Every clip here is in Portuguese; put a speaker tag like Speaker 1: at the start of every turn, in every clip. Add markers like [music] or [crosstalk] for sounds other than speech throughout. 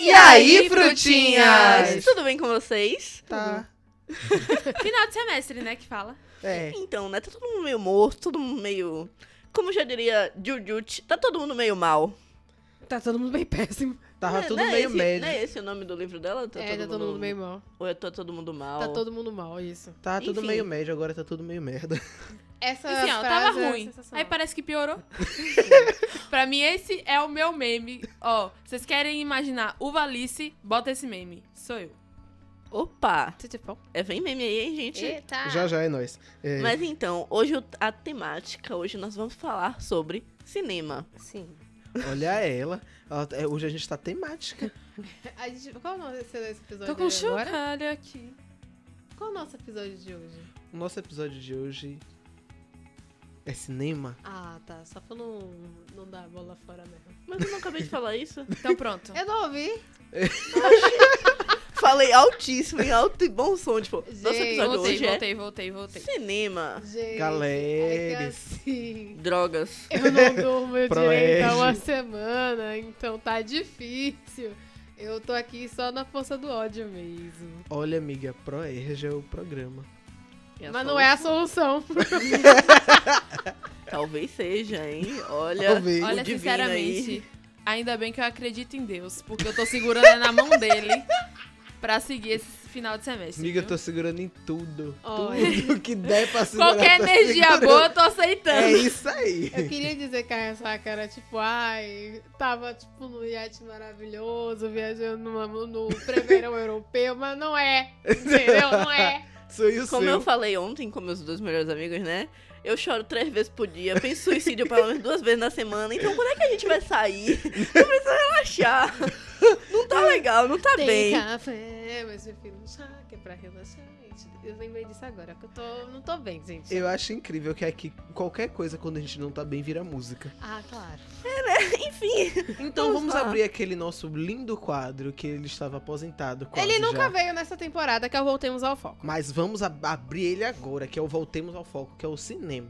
Speaker 1: E aí, frutinhas?
Speaker 2: Tudo bem com vocês?
Speaker 1: Tá.
Speaker 3: Final de semestre, né, que fala.
Speaker 1: É.
Speaker 2: Então, né? Tá todo mundo meio morto, todo mundo meio. Como já diria Jujut, tá todo mundo meio mal.
Speaker 4: Tá todo mundo bem péssimo.
Speaker 1: Tava
Speaker 2: Né?
Speaker 1: Tá tudo
Speaker 2: Não é
Speaker 1: meio
Speaker 2: esse,
Speaker 1: médio.
Speaker 2: Não é esse o nome do livro dela? Tá
Speaker 4: é, tá todo mundo meio mal.
Speaker 2: Ou é Tá Todo Mundo Mal?
Speaker 4: Tá todo mundo mal, isso.
Speaker 1: Tava tudo
Speaker 2: Enfim.
Speaker 1: meio médio, agora tá tudo meio merda.
Speaker 4: Essa
Speaker 3: Assim, ó, tava
Speaker 4: frase é
Speaker 3: ruim.
Speaker 4: sensacional.
Speaker 3: Aí parece
Speaker 2: [laughs]
Speaker 3: que piorou. pra mim, esse é o meu meme. Ó, vocês querem imaginar o Valice? Bota esse meme. Sou eu.
Speaker 2: Opa!
Speaker 4: Tutupom.
Speaker 2: É, vem meme aí, hein, gente?
Speaker 4: Eita.
Speaker 1: [laughs] Já já é nóis. É,
Speaker 2: Mas então, hoje o- a temática, hoje nós vamos falar sobre cinema.
Speaker 4: Sim.
Speaker 1: Olha ela. Ela- é, Hoje a gente tá temática.
Speaker 4: A gente, qual é o nosso desse episódio
Speaker 3: Tô com
Speaker 4: agora?
Speaker 3: chocalho aqui.
Speaker 4: Qual é o nosso episódio de hoje?
Speaker 1: O nosso episódio de hoje é cinema.
Speaker 4: Ah, tá. Só pra não, não dar a bola fora mesmo.
Speaker 2: Mas eu não acabei de falar isso.
Speaker 3: Então
Speaker 2: [laughs]
Speaker 3: pronto.
Speaker 4: Eu não ouvi.
Speaker 2: Falei altíssimo, em alto e bom som. Tipo, nosso
Speaker 4: Gente,
Speaker 2: episódio
Speaker 3: Voltei,
Speaker 2: hoje
Speaker 3: voltei, voltei, voltei.
Speaker 2: é cinema,
Speaker 4: Gente. É que
Speaker 1: Galera.
Speaker 4: assim.
Speaker 2: drogas.
Speaker 4: Eu [laughs] não durmo eu direito há uma
Speaker 1: Proege.
Speaker 4: semana, então tá difícil. Eu tô aqui só na força do ódio mesmo.
Speaker 1: Olha, amiga, Proerja é o programa.
Speaker 2: E a
Speaker 4: Mas não é a solução.
Speaker 2: Talvez seja, hein? Olha,
Speaker 1: Talvez.
Speaker 2: o
Speaker 3: Olha,
Speaker 2: divino aí.
Speaker 3: sinceramente, ainda bem que eu acredito em Deus, porque eu tô segurando na mão dele pra seguir esse final de semestre.
Speaker 1: Amiga, eu
Speaker 3: viu?
Speaker 1: tô segurando em tudo.
Speaker 4: Olha.
Speaker 1: Tudo que der pra segurar.
Speaker 3: Qualquer
Speaker 1: eu tô
Speaker 3: energia
Speaker 1: segurando.
Speaker 3: boa, eu tô
Speaker 1: É
Speaker 3: aceitando.
Speaker 1: isso aí.
Speaker 4: Eu queria dizer que essa cara, tipo, ai, tava, tipo, num iate maravilhoso, viajando numa- no primeiro [laughs] europeu, mas não é, entendeu? Não é.
Speaker 1: Sou eu,
Speaker 2: Como
Speaker 1: seu.
Speaker 2: eu falei ontem com meus dois melhores amigos, né? Eu choro três vezes por dia, penso em suicídio pelo menos duas vezes na semana. Então quando é que a gente vai sair? Eu preciso relaxar. Não tá legal, não tá
Speaker 4: Tem
Speaker 2: bem.
Speaker 4: café, mas prefiro um chá, que é pra relaxar. gente. Eu lembrei disso agora, que eu tô, não tô bem, gente.
Speaker 1: Eu acho incrível que aqui qualquer coisa quando a gente não tá bem vira música.
Speaker 4: Ah, claro.
Speaker 2: Enfim,
Speaker 1: Então
Speaker 2: Vamos
Speaker 1: vamos
Speaker 2: lá.
Speaker 1: abrir aquele nosso lindo quadro que ele estava aposentado quase
Speaker 4: Ele nunca
Speaker 1: já.
Speaker 4: veio nessa temporada que eu voltemos ao foco.
Speaker 1: Mas vamos ab- abrir ele agora, que é o Voltemos ao Foco, que é o cinema.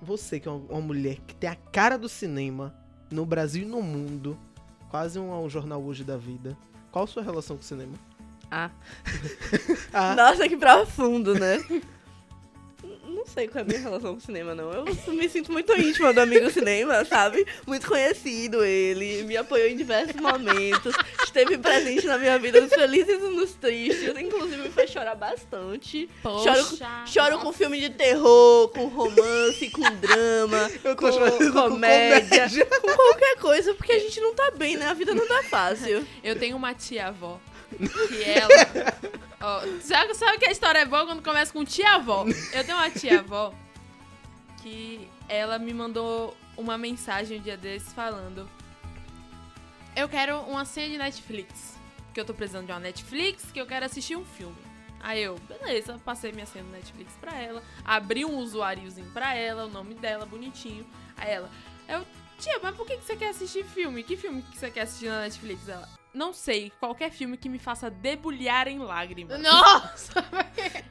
Speaker 1: Você que é uma uma mulher que tem a cara do cinema no Brasil e no mundo, quase um, um jornal hoje da vida. Qual a sua relação com o cinema?
Speaker 2: Ah.
Speaker 1: [laughs] Ah,
Speaker 2: nossa, que profundo, né? N- Não sei qual é a minha relação com o cinema, não. Eu me sinto muito íntima do amigo cinema, sabe? Muito conhecido ele, me apoiou em diversos momentos, esteve presente na minha vida nos felizes e nos tristes, inclusive me fez chorar bastante.
Speaker 3: Poxa.
Speaker 2: Choro com filme de terror, com romance, com drama,
Speaker 1: eu
Speaker 2: com comédia, com qualquer coisa, porque a gente não tá bem, né? A vida não tá fácil.
Speaker 3: Eu tenho uma tia-avó que ela... Ó, sabe, sabe que a história é boa quando começa com tia-avó? Eu tenho uma tia-avó que ela me mandou uma mensagem um dia desses falando Eu quero uma senha de Netflix, que eu tô precisando de uma Netflix, que eu quero assistir um filme. Aí eu, beleza, passei minha senha do Netflix pra ela, abri um usuáriozinho pra ela, o nome dela, bonitinho. Aí ela, eu, tia, mas por que que você quer assistir filme? Que filme que você quer assistir na Netflix? Ela, não sei, qualquer filme que me faça debulhar em lágrimas.
Speaker 4: Nossa!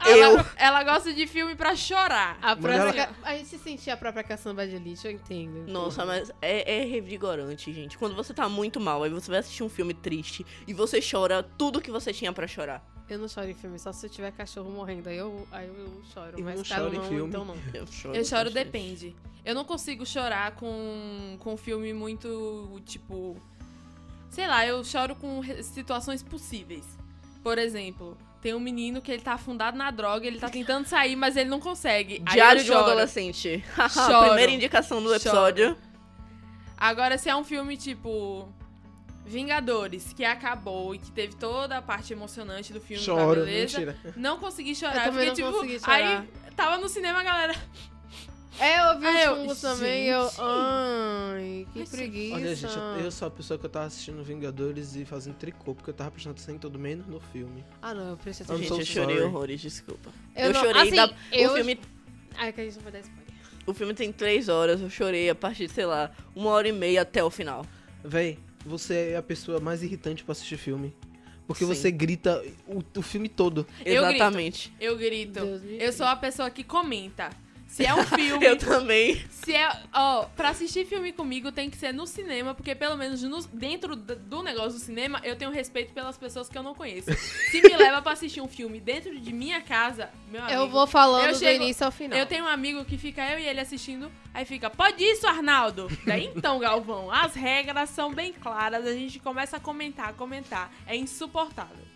Speaker 3: Ela, ela gosta de filme pra chorar.
Speaker 4: A,
Speaker 1: Mas
Speaker 4: própria,
Speaker 1: ela-
Speaker 4: ca- a gente se sentia a própria caçamba de lixo, eu entendo.
Speaker 2: Nossa, mas é, é revigorante, gente. Quando você tá muito mal, aí você vai assistir um filme triste e você chora tudo que você tinha pra chorar.
Speaker 4: Eu não choro em filme, só se eu tiver cachorro morrendo. Aí eu, aí eu choro.
Speaker 1: Eu
Speaker 4: mas
Speaker 1: não
Speaker 4: cara,
Speaker 1: choro em
Speaker 4: não,
Speaker 1: filme.
Speaker 4: Então não.
Speaker 2: Eu choro,
Speaker 3: Eu choro
Speaker 2: bastante.
Speaker 3: depende. Eu não consigo chorar com, com um filme muito, tipo... Sei lá, eu choro com re- situações possíveis. Por exemplo, tem um menino que ele tá afundado na droga, ele tá tentando sair, mas ele não consegue. Aí eu
Speaker 2: Diário de um
Speaker 3: choro.
Speaker 2: adolescente. [laughs]
Speaker 3: Choro.
Speaker 2: Primeira indicação do
Speaker 3: Choro.
Speaker 2: episódio.
Speaker 3: Agora, se é um filme tipo Vingadores, que acabou e que teve toda a parte emocionante do filme, tá,
Speaker 1: Choro,
Speaker 3: beleza?
Speaker 1: mentira.
Speaker 3: Não consegui
Speaker 4: Eu
Speaker 3: chorar.
Speaker 4: também
Speaker 3: fiquei, tipo,
Speaker 4: não consegui chorar.
Speaker 3: Aí tava no cinema, a galera.
Speaker 4: É, eu vi
Speaker 3: Ah,
Speaker 4: os
Speaker 3: eu-
Speaker 4: fungos também eu.
Speaker 3: Gente.
Speaker 4: Ai, que
Speaker 3: Mas sim.
Speaker 4: preguiça.
Speaker 1: Olha, gente, eu- eu sou a pessoa que eu tava assistindo Vingadores e fazendo tricô, porque eu tava prestando atenção em tudo menos no filme.
Speaker 4: Ah, não, eu preciso
Speaker 1: I'm
Speaker 2: gente,
Speaker 1: so
Speaker 2: eu chorei
Speaker 1: sorry.
Speaker 2: horrores, desculpa.
Speaker 4: Eu
Speaker 2: Eu,
Speaker 4: não-
Speaker 2: chorei
Speaker 4: assim,
Speaker 2: da...
Speaker 4: eu-
Speaker 2: O, filme,
Speaker 4: Ai, que a gente não vai dar spoiler.
Speaker 2: o filme tem três horas, eu chorei a partir, de, sei lá, uma hora e meia até o final.
Speaker 1: Véi, você é a pessoa mais irritante pra assistir filme. Porque
Speaker 2: Sim.
Speaker 1: você grita o, o filme todo.
Speaker 3: Eu grito.
Speaker 2: Exatamente.
Speaker 3: Então, Eu grito.
Speaker 4: Deus me
Speaker 3: eu sou a pessoa que comenta. Se
Speaker 2: [laughs]
Speaker 3: é um filme.
Speaker 2: Eu também.
Speaker 3: Se é, ó, pra assistir filme comigo tem que ser no cinema, porque pelo menos no- dentro d- do negócio do cinema eu tenho respeito pelas pessoas que eu não conheço. Se me leva pra assistir um filme dentro de minha casa, meu amigo.
Speaker 4: Eu vou falando
Speaker 3: Eu chego-
Speaker 4: do início ao final.
Speaker 3: Eu tenho um amigo que fica eu e ele assistindo, aí fica, pode isso, Arnaldo? Daí então, Galvão, as regras são bem claras, a gente começa a comentar, a comentar. É insuportável.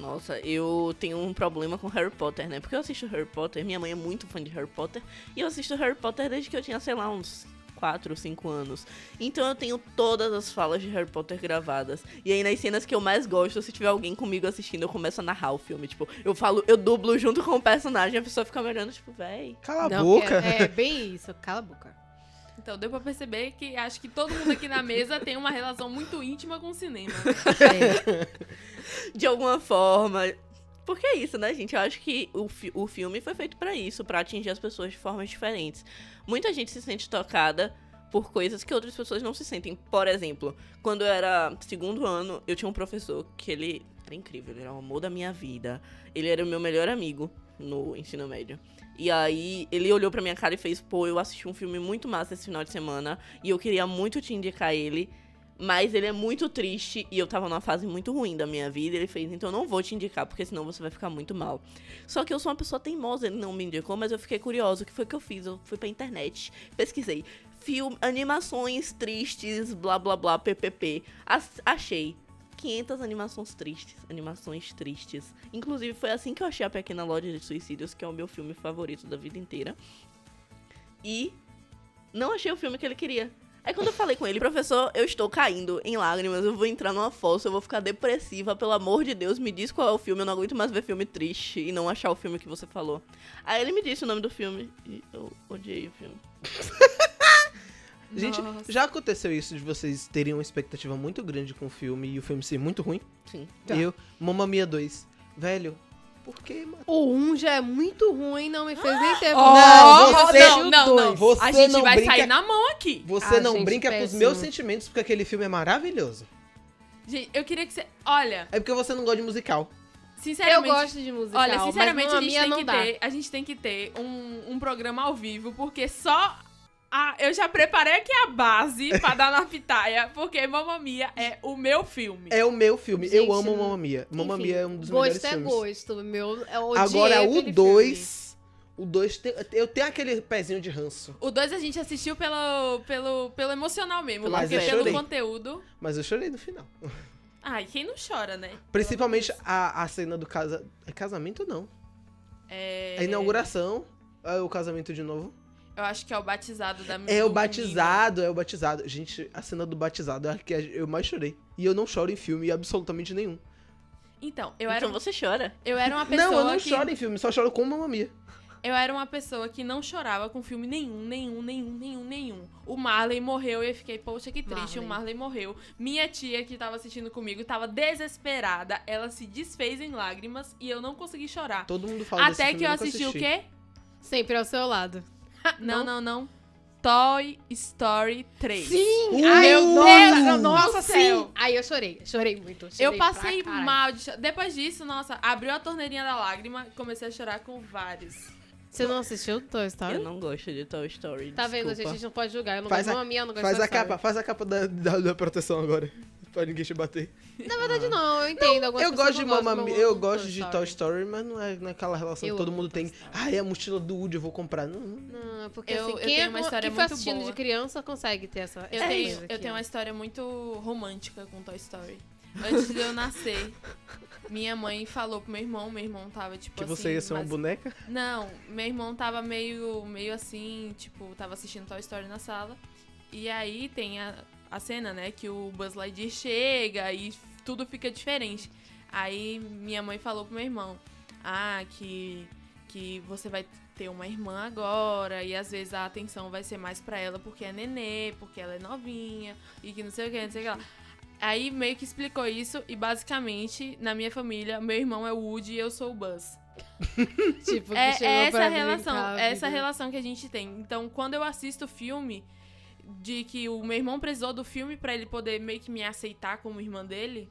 Speaker 2: Nossa, eu tenho um problema com Harry Potter, né? Porque eu assisto Harry Potter, minha mãe é muito fã de Harry Potter, e eu assisto Harry Potter desde que eu tinha, sei lá, uns 4, 5 anos. Então eu tenho todas as falas de Harry Potter gravadas. E aí nas cenas que eu mais gosto, se tiver alguém comigo assistindo, eu começo a narrar o filme. Tipo, eu falo, eu dublo junto com o personagem, a pessoa fica me olhando, tipo, véi.
Speaker 1: Cala a
Speaker 4: Não,
Speaker 1: boca.
Speaker 4: porque É, é bem isso, cala a boca.
Speaker 3: Então deu pra perceber que acho que todo mundo aqui na mesa tem uma relação muito íntima com o cinema. né?
Speaker 4: É.
Speaker 2: de alguma forma. Porque é isso, né, gente? Eu acho que o, fi- o filme foi feito pra isso, pra atingir as pessoas de formas diferentes. Muita gente se sente tocada por coisas que outras pessoas não se sentem. Por exemplo, quando eu era segundo ano, eu tinha um professor que ele era incrível, ele era o amor da minha vida. Ele era o meu melhor amigo no ensino médio. E aí ele olhou pra minha cara e fez: "Pô, eu assisti um filme muito massa esse final de semana e eu queria muito te indicar ele". Mas ele é muito triste e eu tava numa fase muito ruim da minha vida. Ele fez, então eu não vou te indicar, porque senão você vai ficar muito mal. Só que eu sou uma pessoa teimosa, ele não me indicou, mas eu fiquei curiosa. O que foi que eu fiz? Eu fui pra internet, pesquisei. Filme, animações tristes, blá blá blá, ppp. As- achei 500 animações tristes, animações tristes. Inclusive foi assim que eu achei A Pequena Loja de Suicídios, que é o meu filme favorito da vida inteira. E não achei o filme que ele queria. Aí quando eu falei com ele, professor, eu estou caindo em lágrimas, eu vou entrar numa fossa, eu vou ficar depressiva, pelo amor de Deus, me diz qual é o filme, eu não aguento mais ver filme triste e não achar o filme que você falou. Aí ele me disse o nome do filme e eu odiei o filme.
Speaker 4: é,
Speaker 1: [laughs] Gente,
Speaker 3: Nossa.
Speaker 1: já aconteceu isso de vocês terem uma expectativa muito grande com o filme e o filme ser muito ruim?
Speaker 2: Sim.
Speaker 4: Tá.
Speaker 1: Eu, Mamma Mia 2. Velho, por que, mano?
Speaker 4: O 1 já é muito ruim, não me fez nem ter
Speaker 3: Ó,
Speaker 1: Não,
Speaker 3: ó,
Speaker 1: você-
Speaker 3: não, não, não.
Speaker 1: Você
Speaker 3: a gente
Speaker 1: não
Speaker 3: vai
Speaker 1: brinca-
Speaker 3: sair na mão aqui.
Speaker 1: Você
Speaker 4: Ah,
Speaker 1: não
Speaker 4: gente,
Speaker 1: brinca com os
Speaker 4: péssimo.
Speaker 1: meus sentimentos porque aquele filme é maravilhoso.
Speaker 3: Gente, eu queria que você. Olha,
Speaker 1: É porque você não gosta de musical.
Speaker 4: Eu
Speaker 3: sinceramente.
Speaker 4: gosto de musical,
Speaker 3: Olha, sinceramente,
Speaker 4: mas não,
Speaker 3: a
Speaker 4: a
Speaker 3: gente,
Speaker 4: minha
Speaker 3: tem
Speaker 4: não
Speaker 3: que
Speaker 4: dá.
Speaker 3: ter, a gente tem que ter um, um programa ao vivo, porque só. A, eu já preparei aqui a base pra dar na pitaia, porque Mamma Mia é o meu filme.
Speaker 1: É o meu filme.
Speaker 4: Gente,
Speaker 1: eu amo
Speaker 4: não-
Speaker 1: Mamma Mia. Mamma
Speaker 4: Enfim,
Speaker 1: Mia é um dos
Speaker 4: gosto
Speaker 1: melhores
Speaker 4: é
Speaker 1: filmes.
Speaker 4: gosto, meu. Eu odiei
Speaker 1: Agora o
Speaker 4: aquele
Speaker 1: 2. O 2 eu tenho aquele pezinho de ranço,
Speaker 3: O 2 a gente assistiu pelo, pelo, pelo emocional mesmo,
Speaker 2: Mas
Speaker 3: porque
Speaker 2: eu
Speaker 3: pelo
Speaker 1: chorei.
Speaker 3: conteúdo.
Speaker 1: mas eu chorei no final.
Speaker 3: Ai, quem não chora, né?
Speaker 1: Principalmente a, a cena do casa... é casamento não.
Speaker 3: É,
Speaker 1: A inauguração, é o casamento de novo.
Speaker 3: Eu acho que é o batizado da
Speaker 1: É
Speaker 3: do
Speaker 1: o batizado, é o batizado. Gente, a cena do batizado é a que eu mais chorei. E eu não choro em filme absolutamente nenhum.
Speaker 3: menino. Então, eu era,
Speaker 2: Então você chora.
Speaker 3: eu era uma pessoa.
Speaker 1: Não, eu não
Speaker 3: que,
Speaker 1: choro em filme, só choro com Mamma Mia.
Speaker 3: Eu era uma pessoa que não chorava com filme nenhum, nenhum, nenhum, nenhum, nenhum. O Marley morreu e eu fiquei, poxa, que triste, o Marley
Speaker 4: Marley
Speaker 3: morreu. Minha tia, que tava assistindo comigo, tava desesperada. Ela se desfez em lágrimas e eu não consegui chorar.
Speaker 1: Todo mundo fala desse
Speaker 3: Até
Speaker 1: filme,
Speaker 3: que eu
Speaker 1: nunca
Speaker 3: assisti, o quê?
Speaker 4: Sempre ao seu lado.
Speaker 3: Não, não, não. Toy Story 3.
Speaker 4: Sim!
Speaker 1: Uh!
Speaker 4: ai,
Speaker 1: Meu
Speaker 4: nossa,
Speaker 1: Deus
Speaker 4: nossa,
Speaker 3: do céu.
Speaker 4: sim! Aí eu chorei, chorei muito. chorei
Speaker 3: Eu
Speaker 4: pra
Speaker 3: passei
Speaker 4: caralho.
Speaker 3: mal de chorar. Depois disso, nossa, abriu a torneirinha da lágrima, comecei a chorar com vários.
Speaker 4: Você não assistiu Toy Story?
Speaker 2: Eu não gosto de Toy Story.
Speaker 4: Tá vendo, gente?
Speaker 2: desculpa.
Speaker 4: A gente não pode julgar. Eu não
Speaker 1: Faz
Speaker 4: gosto de
Speaker 1: a-
Speaker 4: Mamma Mia, eu não gosto
Speaker 1: Faz
Speaker 4: de
Speaker 1: a
Speaker 4: Toy Story.
Speaker 1: capa, faz a capa da, da, da proteção agora. [laughs] pra ninguém te bater.
Speaker 4: Na verdade, não. Eu entendo. algumas
Speaker 1: eu
Speaker 4: pessoas
Speaker 1: gosto de
Speaker 4: não
Speaker 1: Mamma
Speaker 4: gostam, não
Speaker 1: Mia,
Speaker 4: gostam
Speaker 1: eu
Speaker 4: de
Speaker 1: gosto
Speaker 4: Toy
Speaker 1: de Toy
Speaker 4: Story.
Speaker 1: Story, mas não é naquela relação
Speaker 4: Eu
Speaker 1: que todo
Speaker 4: amo
Speaker 1: mundo
Speaker 4: Toy
Speaker 1: tem. Ah, é a mochila do Woody, eu vou comprar. Não,
Speaker 3: Tipo
Speaker 1: não.
Speaker 4: Não, porque
Speaker 3: Eu-
Speaker 4: assim,
Speaker 3: eu
Speaker 4: quem
Speaker 3: tenho
Speaker 4: é
Speaker 3: uma
Speaker 4: com-
Speaker 3: história
Speaker 4: que foi
Speaker 3: muito
Speaker 4: assistindo
Speaker 3: boa.
Speaker 4: de criança consegue ter essa.
Speaker 3: Eu,
Speaker 4: essa
Speaker 3: tenho,
Speaker 4: coisa
Speaker 3: eu
Speaker 4: É aqui,
Speaker 3: tenho
Speaker 4: ó.
Speaker 3: uma história muito romântica com Toy Story. Antes de eu nascer, minha mãe falou pro meu irmão, meu irmão tava tipo
Speaker 1: Que
Speaker 3: assim.
Speaker 1: você ia ser uma
Speaker 3: mas-
Speaker 1: boneca.
Speaker 3: Não, meu irmão tava meio, meio assim, tipo, tava assistindo Toy Story na sala. E aí tem a, a cena, né, que o Buzz Lightyear chega e tudo fica diferente. Aí minha mãe falou pro meu irmão, ah, que, que você vai ter uma irmã agora e às vezes a atenção vai ser mais pra ela porque é nenê, porque ela é novinha e que não sei o que, não sei o que lá. Aí meio que explicou isso e basicamente na minha família, meu irmão é o Woody e eu sou o Buzz
Speaker 4: Tipo, que
Speaker 3: é,
Speaker 4: chegou
Speaker 3: é essa
Speaker 4: pra mim e
Speaker 3: relação,
Speaker 4: tal,
Speaker 3: é essa
Speaker 4: e-
Speaker 3: relação que a gente tem. Então, quando eu assisto filme de que o meu irmão precisou do filme pra ele poder meio que me aceitar como irmã dele,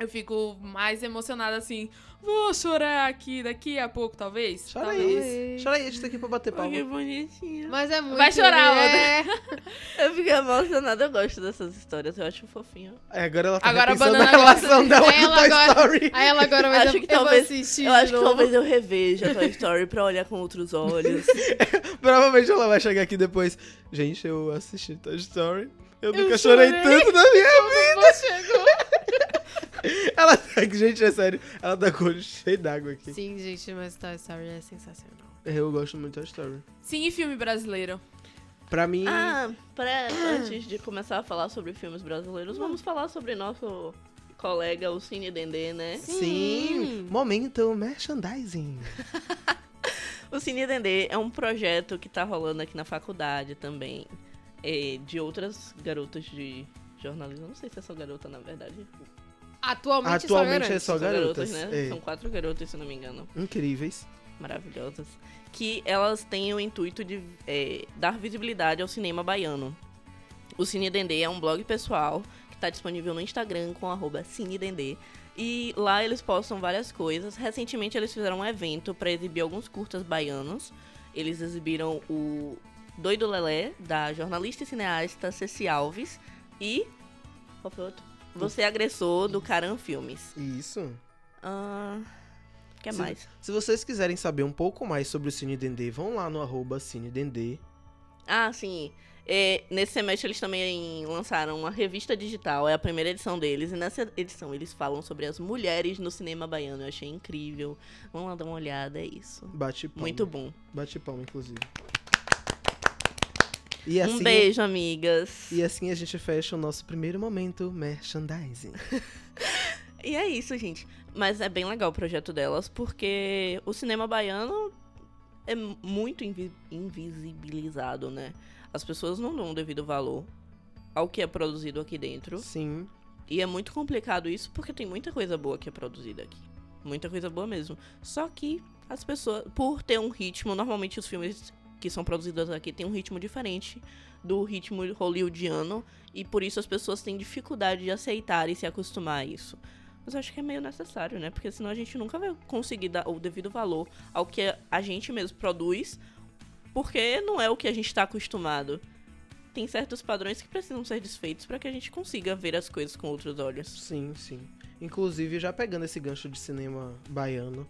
Speaker 3: Eu fico mais emocionada assim. Vou chorar aqui daqui a pouco, talvez.
Speaker 1: Chora
Speaker 3: Talvez.
Speaker 1: aí. Chora aí, a gente tá aqui pra bater
Speaker 2: Ai,
Speaker 1: palma.
Speaker 2: que bonitinha.
Speaker 4: Mas é muito.
Speaker 3: Vai chorar,
Speaker 4: né?
Speaker 2: Eu fiquei emocionada, eu gosto dessas histórias, eu acho fofinho.
Speaker 1: É, agora ela tá
Speaker 3: Agora a
Speaker 1: pensando na
Speaker 3: banana
Speaker 1: relação dela com
Speaker 4: Ela
Speaker 1: Toy
Speaker 4: agora- [laughs]
Speaker 1: Story.
Speaker 4: Aí ela agora vai
Speaker 2: Acho
Speaker 4: dizer,
Speaker 2: que
Speaker 4: eu
Speaker 2: talvez-
Speaker 4: vou assistir
Speaker 2: Eu acho
Speaker 4: de
Speaker 2: que
Speaker 4: novo.
Speaker 2: talvez eu reveja a Toy Story pra olhar com outros olhos.
Speaker 4: [laughs]
Speaker 1: Provavelmente ela vai chegar aqui depois. Gente, eu assisti Toy Story. Eu,
Speaker 4: Eu
Speaker 1: nunca chorei
Speaker 4: chorei."
Speaker 1: tanto na minha vida.
Speaker 4: Você chegou.
Speaker 1: Ela tá. Gente, é sério. Ela tá com o olho cheio d'água aqui.
Speaker 4: Sim, gente, mas Toy Story é sensacional.
Speaker 1: Eu gosto muito de Toy Story.
Speaker 3: Sim, e filme brasileiro.
Speaker 1: Pra mim.
Speaker 2: ah, pra, antes de começar a falar sobre filmes brasileiros, vamos falar sobre nosso colega, o Cine Dendê, né?
Speaker 1: sim. Momento merchandising.
Speaker 2: O Cine Dendê é um projeto que tá rolando aqui na faculdade também, eh, de outras garotas de jornalismo. Não sei se é só garota, na verdade.
Speaker 4: Atualmente,
Speaker 1: Atualmente é
Speaker 4: só
Speaker 1: só garotas.
Speaker 2: né?
Speaker 1: É.
Speaker 2: São quatro garotas, se não me engano.
Speaker 1: Incríveis.
Speaker 2: maravilhosas, que elas têm o intuito de eh, dar visibilidade ao cinema baiano. O Cine Dendê é um blog pessoal que está disponível no Instagram com arroba Cine Dendê. E lá eles postam várias coisas. Recentemente eles fizeram um evento para exibir alguns curtas baianos. Eles exibiram o Doido Lelé, da jornalista e cineasta Ceci Alves, e. Qual foi o outro? Você Agressor, do Caram Filmes.
Speaker 1: Isso.
Speaker 2: Ah. O que
Speaker 1: Se-
Speaker 2: mais?
Speaker 1: Se vocês quiserem saber um pouco mais sobre o Cine Dendê, vão lá no arroba Cine Dendê.
Speaker 2: Ah, sim. É, nesse semestre eles também lançaram uma revista digital, é a primeira edição deles, e nessa edição eles falam sobre as mulheres no cinema baiano. Eu achei incrível. Vamos lá dar uma olhada, é isso.
Speaker 1: Bate palma.
Speaker 2: Muito bom.
Speaker 1: Bate palma, inclusive. E assim,
Speaker 2: um beijo, amigas.
Speaker 1: E assim a gente fecha o nosso primeiro momento merchandising.
Speaker 2: E é isso, gente. Mas é bem legal o projeto delas, porque o cinema baiano é muito invi- invisibilizado, né? As pessoas não dão o devido valor ao que é produzido aqui dentro.
Speaker 1: Sim.
Speaker 2: E é muito complicado isso porque tem muita coisa boa que é produzida aqui. Muita coisa boa mesmo. Só que as pessoas, por ter um ritmo, normalmente os filmes que são produzidos aqui têm um ritmo diferente do ritmo hollywoodiano e por isso as pessoas têm dificuldade de aceitar e se acostumar a isso. Mas eu acho que é meio necessário, né? Porque senão a gente nunca vai conseguir dar o devido valor ao que a gente mesmo produz, porque não é o que a gente está acostumado tem certos padrões que precisam ser desfeitos para que a gente consiga ver as coisas com outros olhos.
Speaker 1: Sim, sim. Inclusive, já pegando esse gancho de cinema baiano,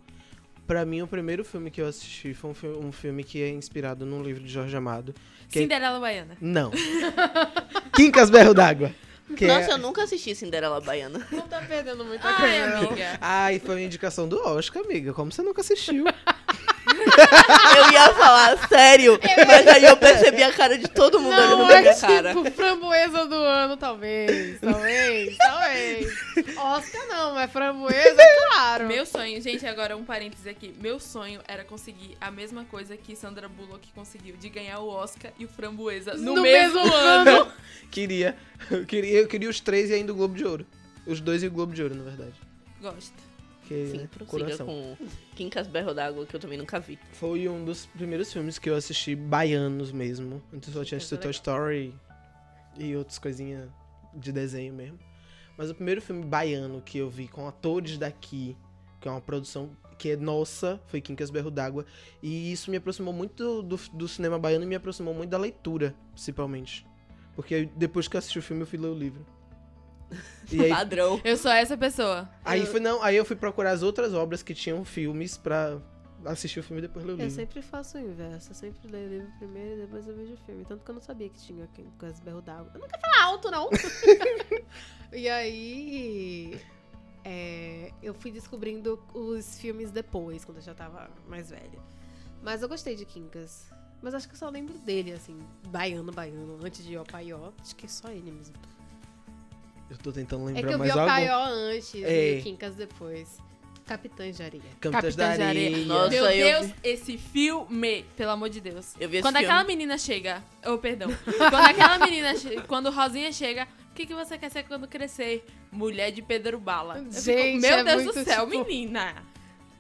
Speaker 1: pra mim o primeiro filme que eu assisti foi um, fi- um filme que é inspirado num livro de Jorge Amado. Que-
Speaker 3: Cinderela Baiana.
Speaker 2: [laughs]
Speaker 1: Não. Quincas Berro d'Água. Que é-
Speaker 2: Nossa, eu nunca assisti Cinderela Baiana.
Speaker 4: Não tá perdendo muita
Speaker 3: Ai,
Speaker 4: coisa.
Speaker 3: amiga.
Speaker 1: Ai, foi uma indicação do Oscar, amiga. Como você
Speaker 2: [laughs]
Speaker 1: nunca assistiu?
Speaker 2: Eu ia falar sério, mas aí eu percebi a cara de todo mundo olhando
Speaker 4: Não,
Speaker 2: pra
Speaker 4: é
Speaker 2: minha cara.
Speaker 4: tipo framboesa do ano, talvez. Talvez, talvez. Oscar não, mas framboesa, claro.
Speaker 3: Meu sonho, gente, agora um parênteses aqui. Meu sonho era conseguir a mesma coisa que Sandra Bullock conseguiu, de ganhar o Oscar e o Framboesa no, mesmo, ano.
Speaker 1: queria. Eu queria. Eu queria os três e ainda o Globo de Ouro. Os dois e o Globo de Ouro, na verdade.
Speaker 3: Gosto.
Speaker 1: Que,
Speaker 2: Sim,
Speaker 1: né,
Speaker 2: prossiga
Speaker 1: coração.
Speaker 2: com Quincas Berro d'Água, que eu também nunca vi.
Speaker 1: Foi um dos primeiros filmes que eu assisti baianos mesmo. Antes eu só tinha assistido Toy Story e outras coisinhas de desenho mesmo. Mas o primeiro filme baiano que eu vi com atores daqui, que é uma produção que é nossa, foi Quincas Berro d'Água. E isso me aproximou muito do, do cinema baiano e me aproximou muito da leitura, principalmente. Porque depois que eu assisti o filme, eu fui ler o livro. E aí,
Speaker 2: Padrão.
Speaker 3: Eu sou essa pessoa.
Speaker 1: aí, foi, não, aí eu fui procurar as outras obras que tinham filmes pra assistir o filme e depois ler o
Speaker 4: Eu
Speaker 1: livro.
Speaker 4: sempre faço o inverso, eu sempre leio o livro primeiro e depois eu vejo o filme. Tanto que eu não sabia que tinha Quincas Berro d'Água. Eu não quero falar alto, não. [laughs] e aí, é, eu fui descobrindo os filmes depois, quando eu já tava mais velha. Mas eu gostei de Quincas. Mas acho que eu só lembro dele, assim, baiano, baiano, antes de Opaió. Acho que é só ele mesmo.
Speaker 1: Eu tô tentando
Speaker 4: É
Speaker 1: lembrar
Speaker 4: que eu vi
Speaker 1: mais algum.
Speaker 4: Opaió antes
Speaker 1: É.
Speaker 4: e Quincas depois. Capitães de Areia.
Speaker 1: Capitãs da
Speaker 3: Capitãs de Areia.
Speaker 1: Areia.
Speaker 2: Nossa,
Speaker 3: Meu
Speaker 2: eu
Speaker 3: Deus, esse filme, pelo amor de Deus.
Speaker 2: Eu vi esse
Speaker 3: Quando é
Speaker 2: filme.
Speaker 3: aquela menina chega. Oh, perdão. Quando aquela menina. che- Quando Rosinha chega. O que, que você quer ser quando crescer? Mulher de Pedro Bala. Eu fico,
Speaker 4: Gente,
Speaker 3: Meu
Speaker 4: é
Speaker 3: Deus do
Speaker 4: muito,
Speaker 3: céu,
Speaker 4: tipo,
Speaker 3: menina.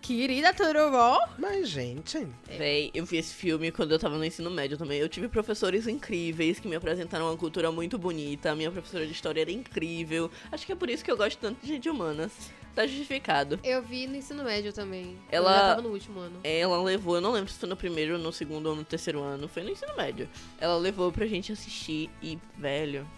Speaker 4: Querida Tororó.
Speaker 1: Mas, gente,
Speaker 2: Véi, eu vi esse filme quando eu tava no ensino médio também. Eu tive professores incríveis que me apresentaram uma cultura muito bonita. A minha professora de história era incrível. Acho que é por isso que eu gosto tanto de gente humanas. Tá justificado.
Speaker 4: Eu vi no ensino médio também.
Speaker 2: Ela- É,
Speaker 4: Eu já tava no último ano.
Speaker 2: Ela levou, eu não lembro se foi no primeiro, no segundo ou no terceiro ano, foi no ensino médio. Ela levou pra gente assistir e, velho,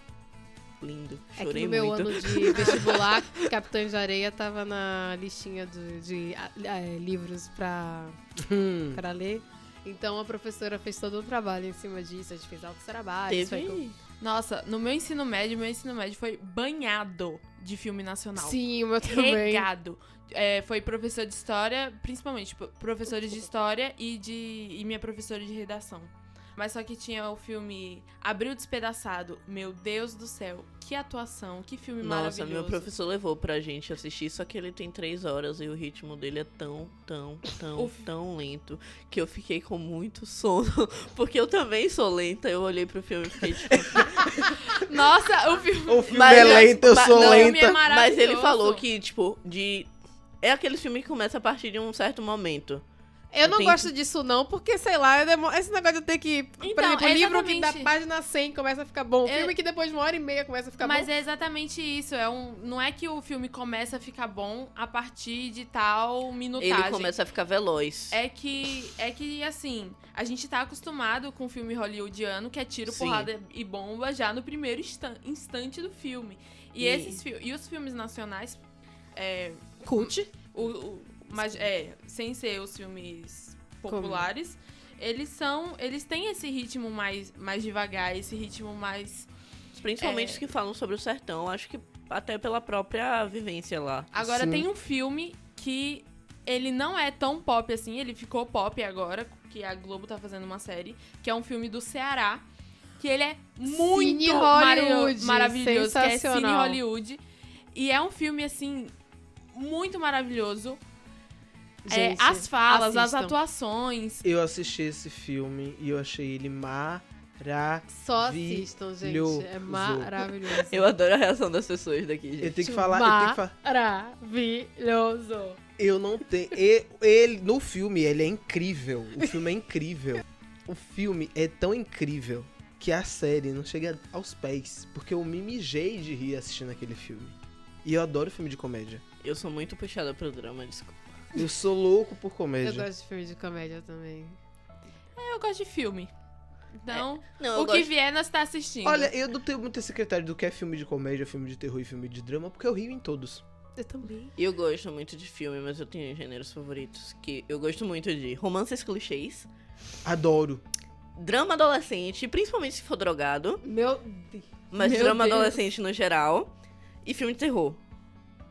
Speaker 2: lindo.
Speaker 4: É que
Speaker 2: Chorei
Speaker 4: no meu
Speaker 2: muito.
Speaker 4: ano de vestibular, Capitães de Areia tava na listinha do- de ah, eh, livros pra,
Speaker 1: hum,
Speaker 4: pra ler. Então a professora fez todo o trabalho em cima disso. A gente fez altos trabalhos. foi com-
Speaker 2: Teve.
Speaker 3: Nossa, no meu ensino médio, meu ensino médio foi banhado de filme nacional.
Speaker 4: Sim,
Speaker 3: [laughs]
Speaker 4: o meu também.
Speaker 3: Regado. É, foi professor de história, principalmente tipo, professores de história e de e minha professora de redação. Mas só que tinha o filme Abril Despedaçado. Meu Deus do céu, que atuação, que filme
Speaker 2: Nossa,
Speaker 3: maravilhoso.
Speaker 2: meu professor levou pra gente assistir, só que ele tem três horas e o ritmo dele é tão, tão, tão,
Speaker 3: Uf.
Speaker 2: tão lento que eu fiquei com muito sono, [laughs] porque eu também sou lenta. Eu olhei pro filme e fiquei tipo.
Speaker 3: [laughs]
Speaker 4: [laughs]
Speaker 3: Nossa, o filme.
Speaker 1: o filme
Speaker 2: Mas-
Speaker 1: é lento, eu
Speaker 2: mas- [laughs]
Speaker 1: sou
Speaker 2: não,
Speaker 1: lenta.
Speaker 3: minha-
Speaker 2: Mas ele
Speaker 3: Maravilhoso.
Speaker 2: falou que, tipo, de. É aquele filme que começa a partir de um certo momento.
Speaker 4: Eu não
Speaker 2: Tem-
Speaker 4: gosto disso, não, porque, sei lá, eu demo- esse negócio de eu ter que. por
Speaker 3: Então,
Speaker 4: exemplo, o livro que da
Speaker 3: exatamente.
Speaker 4: página 100 começa a ficar bom. O
Speaker 3: É-
Speaker 4: filme que depois de uma hora e meia começa a ficar
Speaker 3: Mas
Speaker 4: bom.
Speaker 3: é exatamente isso. É um, não é que o filme começa a ficar bom a partir de tal minutagem.
Speaker 2: Ele começa a ficar veloz.
Speaker 3: É que, é que, assim, a gente tá acostumado com filme hollywoodiano, que é tiro,
Speaker 2: Sim.
Speaker 3: porrada e bomba já no primeiro instan- instante do filme. E,
Speaker 2: E-
Speaker 3: esses fi- e os filmes nacionais, é,
Speaker 4: Cult.
Speaker 3: o, o- mas, é, sem ser os filmes
Speaker 4: Como?
Speaker 3: populares, eles são. Eles têm esse ritmo mais, mais devagar, esse ritmo mais.
Speaker 2: Principalmente
Speaker 3: é.
Speaker 2: os que falam sobre o sertão. Acho que até pela própria vivência lá.
Speaker 3: Agora
Speaker 1: Sim.
Speaker 3: tem um filme que ele não é tão pop assim, ele ficou pop agora, que a Globo tá fazendo uma série, que é um filme do Ceará, que ele é muito
Speaker 4: Cine
Speaker 3: mara-
Speaker 4: Hollywood,
Speaker 3: maravilhoso, que é Cine
Speaker 4: sensacional.
Speaker 3: Hollywood. E é um filme assim muito maravilhoso. É,
Speaker 4: Gente,
Speaker 3: as falas, as
Speaker 4: assistam.
Speaker 3: atuações.
Speaker 1: Eu assisti esse filme e eu achei ele maravilhoso.
Speaker 4: Só assistam, gente. É
Speaker 1: Maravilhoso.
Speaker 4: maravilhoso.
Speaker 2: Eu adoro a reação das pessoas daqui,
Speaker 1: Eu
Speaker 2: gente.
Speaker 1: tenho que falar, eu tenho que falar.
Speaker 4: Maravilhoso.
Speaker 1: Eu não tenho. e- Ele, no filme, ele é incrível. O filme é incrível. O filme é tão incrível que a série não chega aos pés. Porque eu me mijei de rir assistindo aquele filme. E eu adoro filme de comédia.
Speaker 2: Eu sou muito puxada pro drama, desculpa.
Speaker 1: Eu sou louco por
Speaker 4: Eu
Speaker 1: comédia.
Speaker 4: gosto de filme de comédia também.
Speaker 3: Eu gosto de filme. Então,
Speaker 4: É,
Speaker 2: Não,
Speaker 3: o que vier nós tá assistindo.
Speaker 1: Olha, eu não tenho muita secretária do que é filme de comédia, filme de terror e filme de drama, porque eu rio em todos.
Speaker 4: Eu também.
Speaker 2: Eu gosto muito de filme, mas eu tenho gêneros favoritos. Que eu gosto muito de romances clichês,
Speaker 1: Adoro.
Speaker 2: drama adolescente, principalmente se for drogado,
Speaker 4: Meu Deus.
Speaker 2: mas
Speaker 4: Meu
Speaker 2: drama
Speaker 4: Deus.
Speaker 2: adolescente no geral, e filme de terror.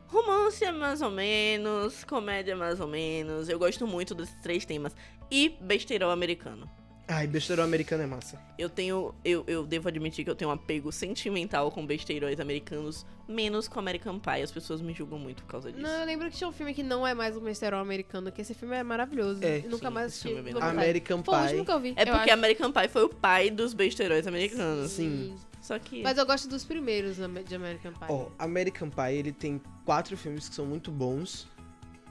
Speaker 2: Romance é mais ou menos, comédia é mais ou menos. Eu gosto muito desses três temas. E besteirão americano.
Speaker 1: Ai, besteirão americano é massa.
Speaker 2: Eu tenho. Eu, eu devo admitir que eu tenho um apego sentimental com besteirões americanos, menos com American Pie. As pessoas me julgam muito por causa disso.
Speaker 4: Não, eu lembro que tinha um filme que não é mais um besterol americano, que esse filme é maravilhoso.
Speaker 1: É,
Speaker 4: Eu nunca
Speaker 2: sim,
Speaker 4: mais
Speaker 2: esse
Speaker 4: assisti.
Speaker 2: filme é bem
Speaker 4: Vou
Speaker 2: legal.
Speaker 4: botar.
Speaker 1: American
Speaker 4: Foi o último
Speaker 1: Pie.
Speaker 4: que eu vi.
Speaker 2: É
Speaker 3: Eu
Speaker 2: porque
Speaker 3: acho-
Speaker 2: American Pie foi o pai dos besteirões americanos. assim.
Speaker 1: Sim.
Speaker 2: Só que.
Speaker 4: Mas eu gosto dos primeiros na- de American Pie.
Speaker 1: Ó, American Pie, ele tem quatro filmes que são muito bons.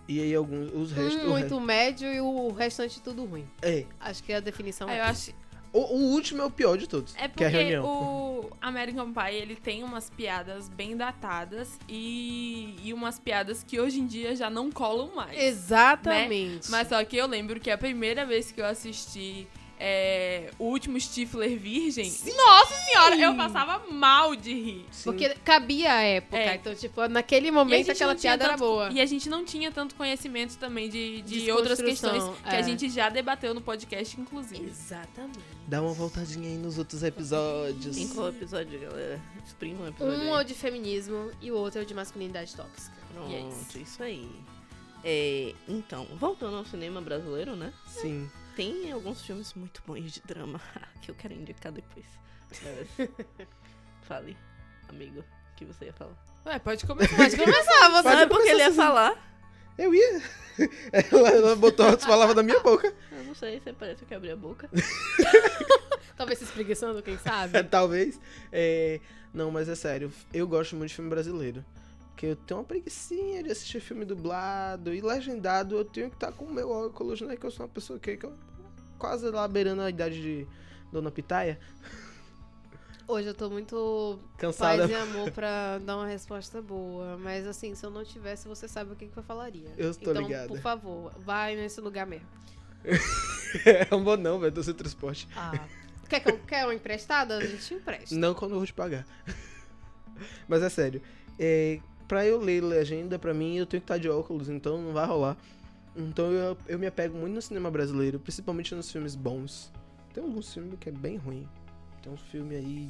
Speaker 1: E aí alguns. Os restos.
Speaker 4: um muito médio e o restante tudo ruim.
Speaker 1: É.
Speaker 4: Acho que a definição
Speaker 3: Aí
Speaker 4: é.
Speaker 3: Então, Ah, eu acho,
Speaker 1: O, o último é o pior de todos.
Speaker 3: É
Speaker 1: que é a
Speaker 3: porque
Speaker 1: reunião.
Speaker 3: o American Pie, ele tem umas piadas bem datadas e, e umas piadas que hoje em dia já não colam mais.
Speaker 4: Exatamente.
Speaker 3: é né? Mas só que eu lembro que a primeira vez que eu assisti é, o último Stifler Virgem, nossa senhora, eu passava mal de rir.
Speaker 1: Sim.
Speaker 4: Porque cabia a época.
Speaker 3: É.
Speaker 4: Então, tipo, naquele
Speaker 3: E a
Speaker 4: momento
Speaker 3: gente
Speaker 4: aquela
Speaker 3: não tinha
Speaker 4: piada era
Speaker 3: tanto-
Speaker 4: boa.
Speaker 3: E a gente não tinha tanto conhecimento também de, de outras questões
Speaker 4: Desconstrução,
Speaker 3: que
Speaker 4: é.
Speaker 3: a gente já debateu no podcast, inclusive.
Speaker 4: Exatamente.
Speaker 1: Dá uma voltadinha aí nos outros episódios.
Speaker 2: Tem qual episódio, galera? Exprima o episódio.
Speaker 3: né?
Speaker 4: Um é
Speaker 2: aí.
Speaker 4: o de feminismo e o outro é o de masculinidade tóxica.
Speaker 2: Pronto,
Speaker 3: Yes.
Speaker 2: isso aí. É, então, voltando ao cinema brasileiro, né?
Speaker 1: Sim.
Speaker 2: Tem alguns filmes muito bons de drama [laughs] que eu quero indicar depois. Mas-
Speaker 4: [laughs]
Speaker 2: Fale, amigo, o que você ia falar.
Speaker 3: Ué, pode começar.
Speaker 4: Pode começar, Ah, você.
Speaker 2: Sabe porque ele ia falar?
Speaker 1: Eu ia. [laughs] Ela, ela botou as palavras na minha boca.
Speaker 2: Eu não sei, você parece que abriu a
Speaker 1: [laughs]
Speaker 2: boca.
Speaker 4: Talvez se espreguiçando, quem sabe?
Speaker 1: Talvez. É, Não, mas é sério. Eu gosto muito de filme brasileiro. Que eu tenho uma preguiçinha de assistir filme dublado e legendado. Eu tenho que estar com o meu óculos, né? Que eu sou uma pessoa que, que eu quase lá beirando a idade de Dona Pitaia.
Speaker 4: [laughs] Hoje eu tô muito
Speaker 1: Cansada.
Speaker 4: paz e amor pra dar uma resposta boa. Mas assim, se eu não tivesse, você sabe o que, que eu falaria.
Speaker 1: Eu tô
Speaker 4: então,
Speaker 1: ligada.
Speaker 4: por favor, vai nesse lugar mesmo.
Speaker 1: [laughs] Não vou é um não, velho. Tô sem transporte.
Speaker 4: Ah. quer, que eu, quer uma emprestada? A gente empresta.
Speaker 1: Não quando eu vou te pagar. [laughs] Mas é sério. É, pra eu ler legenda, pra mim, eu tenho que estar de óculos, então não vai rolar. Então eu, eu me apego muito no cinema brasileiro, principalmente nos filmes bons. Tem alguns filmes que é bem ruim. Tem um filme aí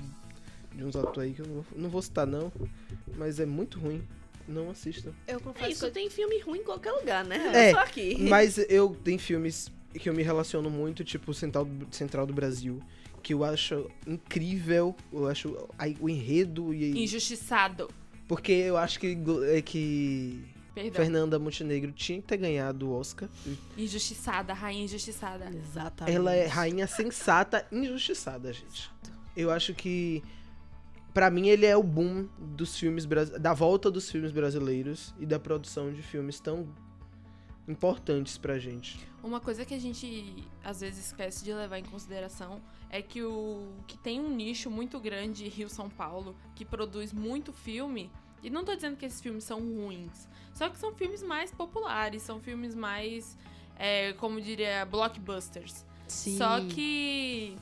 Speaker 1: de uns atores aí que eu não vou, não vou citar não, mas é muito ruim. Não assista.
Speaker 4: Eu
Speaker 2: É
Speaker 4: confesso
Speaker 2: isso,
Speaker 4: que
Speaker 2: tem filme ruim em qualquer lugar, né?
Speaker 1: É,
Speaker 2: É. Só aqui.
Speaker 1: Mas eu tenho filmes que eu me relaciono muito, tipo Central, Central do Brasil, que eu acho incrível. Eu acho aí o enredo e.
Speaker 3: Injustiçado.
Speaker 1: Porque eu acho que, Glo- é que
Speaker 3: Perdão.
Speaker 1: Fernanda Montenegro tinha que ter ganhado o Oscar.
Speaker 3: Injustiçada, rainha injustiçada.
Speaker 4: eu... Exatamente.
Speaker 1: Ela é rainha sensata, injustiçada, gente. Eu acho que, pra mim, ele é o boom dos filmes bras- da volta dos filmes brasileiros e da produção de filmes tão importantes pra gente.
Speaker 3: Uma coisa que a gente às vezes esquece de levar em consideração é que o que tem um nicho muito grande Rio São Paulo que produz muito filme. E não tô dizendo que esses filmes são ruins, só que são filmes mais populares, são filmes mais, é, como diria, blockbusters.
Speaker 4: Sim.
Speaker 3: Só que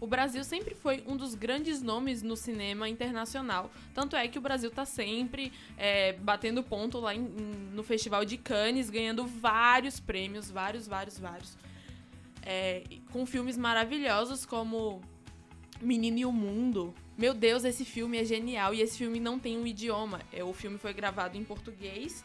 Speaker 3: o Brasil sempre foi um dos grandes nomes no cinema internacional. Tanto é que o Brasil tá sempre é, batendo ponto lá em- em- no Festival de Cannes, ganhando vários prêmios, vários, vários, vários. É, e com filmes maravilhosos como Menino e o Mundo. Meu Deus, esse filme é genial e esse filme não tem um idioma. É, O filme foi gravado em português.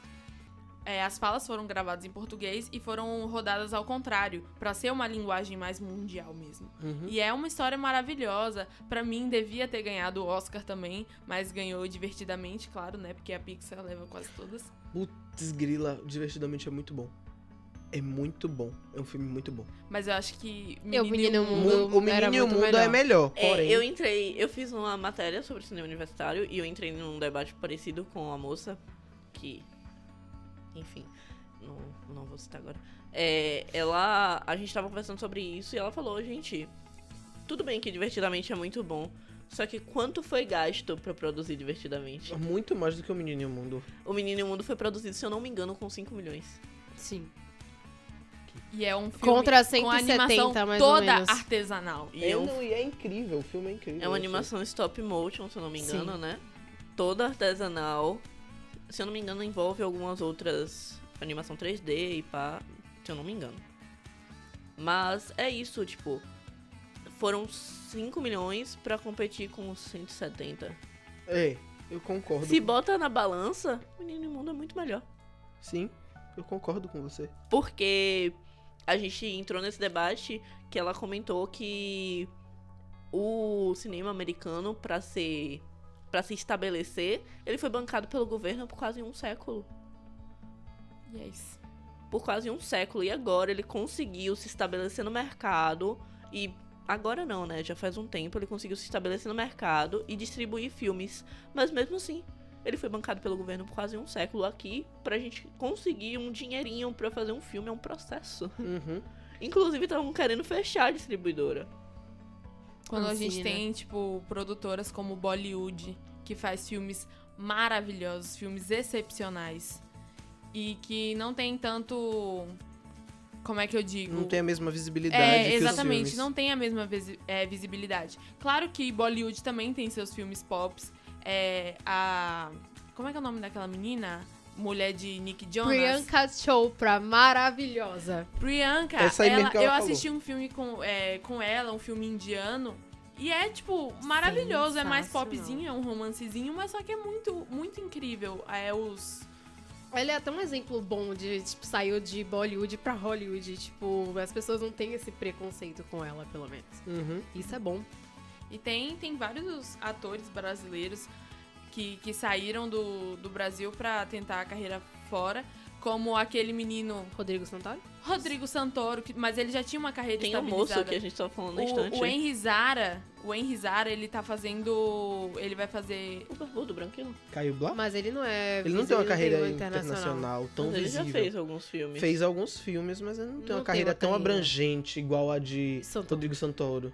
Speaker 3: é, as falas foram gravadas em português e foram rodadas ao contrário, pra ser uma linguagem mais mundial mesmo.
Speaker 1: Uhum.
Speaker 3: E é uma história maravilhosa. Pra mim, devia ter ganhado o Oscar também, mas ganhou divertidamente, claro, né? Porque a Pixar leva quase todas.
Speaker 1: Desgrila, divertidamente, é muito bom. É muito bom. É um filme muito bom.
Speaker 3: Mas eu acho que.
Speaker 4: Eu, Menino e o
Speaker 1: O
Speaker 4: Mundo.
Speaker 1: Mu- O
Speaker 4: era
Speaker 1: Menino e o
Speaker 4: muito
Speaker 1: Mundo é melhor,
Speaker 2: É,
Speaker 1: porém...
Speaker 2: eu entrei, eu fiz uma matéria sobre cinema universitário e eu entrei num debate parecido com a moça que, enfim, não, não vou citar agora. É, ela, a gente tava conversando sobre isso e ela falou, gente, tudo bem que divertidamente é muito bom, só que quanto foi gasto pra produzir divertidamente?
Speaker 1: Muito mais do que o Menino e o Mundo.
Speaker 2: O Menino e o Mundo foi produzido, se eu não me engano, com 5 milhões.
Speaker 4: Sim.
Speaker 3: E é um filme.
Speaker 4: Contra
Speaker 3: com
Speaker 4: 170,
Speaker 3: animação
Speaker 4: mais ou
Speaker 3: toda
Speaker 4: menos.
Speaker 3: artesanal.
Speaker 2: E é um
Speaker 1: não, e é incrível, o filme é incrível.
Speaker 2: É uma
Speaker 1: eu achei.
Speaker 2: animação stop motion, se eu não me
Speaker 4: Sim.
Speaker 2: engano, né? Toda artesanal. Se eu não me engano, envolve algumas outras. Animação 3D e pá. Se eu não me engano. Mas é isso, tipo. Foram 5 milhões pra competir com os 170.
Speaker 1: É, eu concordo.
Speaker 2: Se bota na balança, Menino Imundo é muito melhor.
Speaker 1: Sim, eu concordo com você.
Speaker 2: Porque a gente entrou nesse debate que ela comentou que o cinema americano, pra ser para se estabelecer, ele foi bancado pelo governo por quase um século.
Speaker 3: E é isso.
Speaker 2: Por quase um século. E agora ele conseguiu se estabelecer no mercado. E agora não, né? Já faz um tempo ele conseguiu se estabelecer no mercado e distribuir filmes. Mas mesmo assim, ele foi bancado pelo governo por quase um século aqui. Pra gente conseguir um dinheirinho pra fazer um filme é um processo.
Speaker 1: Uhum.
Speaker 2: Inclusive, estavam querendo fechar a distribuidora.
Speaker 3: Quando a
Speaker 4: Assim,
Speaker 3: gente
Speaker 4: né?
Speaker 3: tem, tipo, produtoras como Bollywood, que faz filmes maravilhosos, filmes excepcionais. E que não tem tanto. Como é que eu digo?
Speaker 1: Não tem a mesma visibilidade
Speaker 3: É,
Speaker 1: que
Speaker 3: exatamente,
Speaker 1: os filmes.
Speaker 3: não tem a mesma visi- é, visibilidade. Claro que Bollywood também tem seus filmes pops. É, a. Como é que é o nome daquela menina? Mulher de Nick Jonas?
Speaker 4: Priyanka Chopra, maravilhosa.
Speaker 3: Priyanka,
Speaker 1: Essa aí mesmo
Speaker 3: ela-
Speaker 1: que ela
Speaker 3: eu
Speaker 1: falou.
Speaker 3: assisti um filme com, é, com ela, um filme indiano. E é, tipo, maravilhoso. É mais
Speaker 4: Sensacional.
Speaker 3: popzinho, é um romancezinho, mas só que é muito, muito incrível. É os.
Speaker 4: Ela é até um exemplo bom de, tipo, saiu de Bollywood pra Hollywood. Tipo, as pessoas não têm esse preconceito com ela, pelo menos.
Speaker 1: Uhum.
Speaker 4: Isso é bom.
Speaker 3: E tem, tem vários atores brasileiros que, que saíram do, do Brasil pra tentar a carreira fora. Como aquele menino
Speaker 4: Rodrigo Santoro?
Speaker 3: Rodrigo Santoro, que- mas ele já tinha uma carreira
Speaker 2: Tem um
Speaker 3: estabilizada.
Speaker 2: moço que a gente tava falando na instante.
Speaker 3: o, o Henry Zara, o Henry Zara, ele tá fazendo, ele vai fazer
Speaker 2: O barbudo, branquinho.
Speaker 1: Caiu Blá?
Speaker 4: Mas ele não é.
Speaker 1: Ele não tem uma carreira internacional,
Speaker 4: internacional.
Speaker 1: tão
Speaker 2: Mas ele
Speaker 1: visível.
Speaker 2: já fez alguns filmes.
Speaker 1: Fez alguns filmes, mas ele não tem
Speaker 4: Não
Speaker 1: uma
Speaker 4: tem
Speaker 1: carreira
Speaker 4: uma
Speaker 1: tão
Speaker 4: carreira.
Speaker 1: abrangente igual a de
Speaker 4: Santoro.
Speaker 1: Rodrigo Santoro.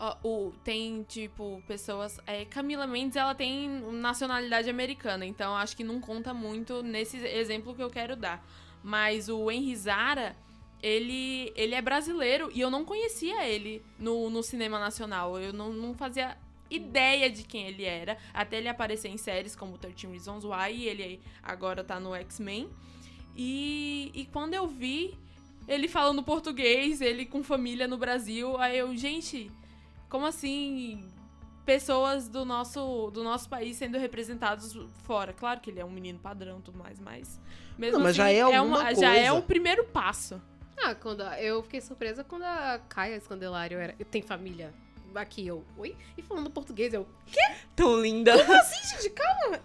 Speaker 3: Ó, o- tem, tipo, pessoas. é, Camila Mendes, ela tem nacionalidade americana, então acho que não conta muito nesse exemplo que eu quero dar. Mas o Henry Zara, ele, ele é brasileiro e eu não conhecia ele no, no cinema nacional. Eu não, não fazia ideia de quem ele era, até ele aparecer em séries como 13 Reasons Why, e ele agora tá no X-Men. E, e quando eu vi ele falando português, ele com família no Brasil, aí eu, gente, como assim pessoas do nosso, do nosso país sendo representados fora? Claro que ele é um menino padrão e tudo mais, mas. Mesmo
Speaker 1: Não, mas
Speaker 3: assim,
Speaker 1: já é alguma
Speaker 3: Já é
Speaker 1: coisa.
Speaker 3: o primeiro passo.
Speaker 4: Ah, quando a- eu fiquei surpresa quando a Caia Escandelário era. Tem família aqui, eu. Oi? E falando português, eu.
Speaker 2: Tão linda.
Speaker 4: Assim, gente, calma.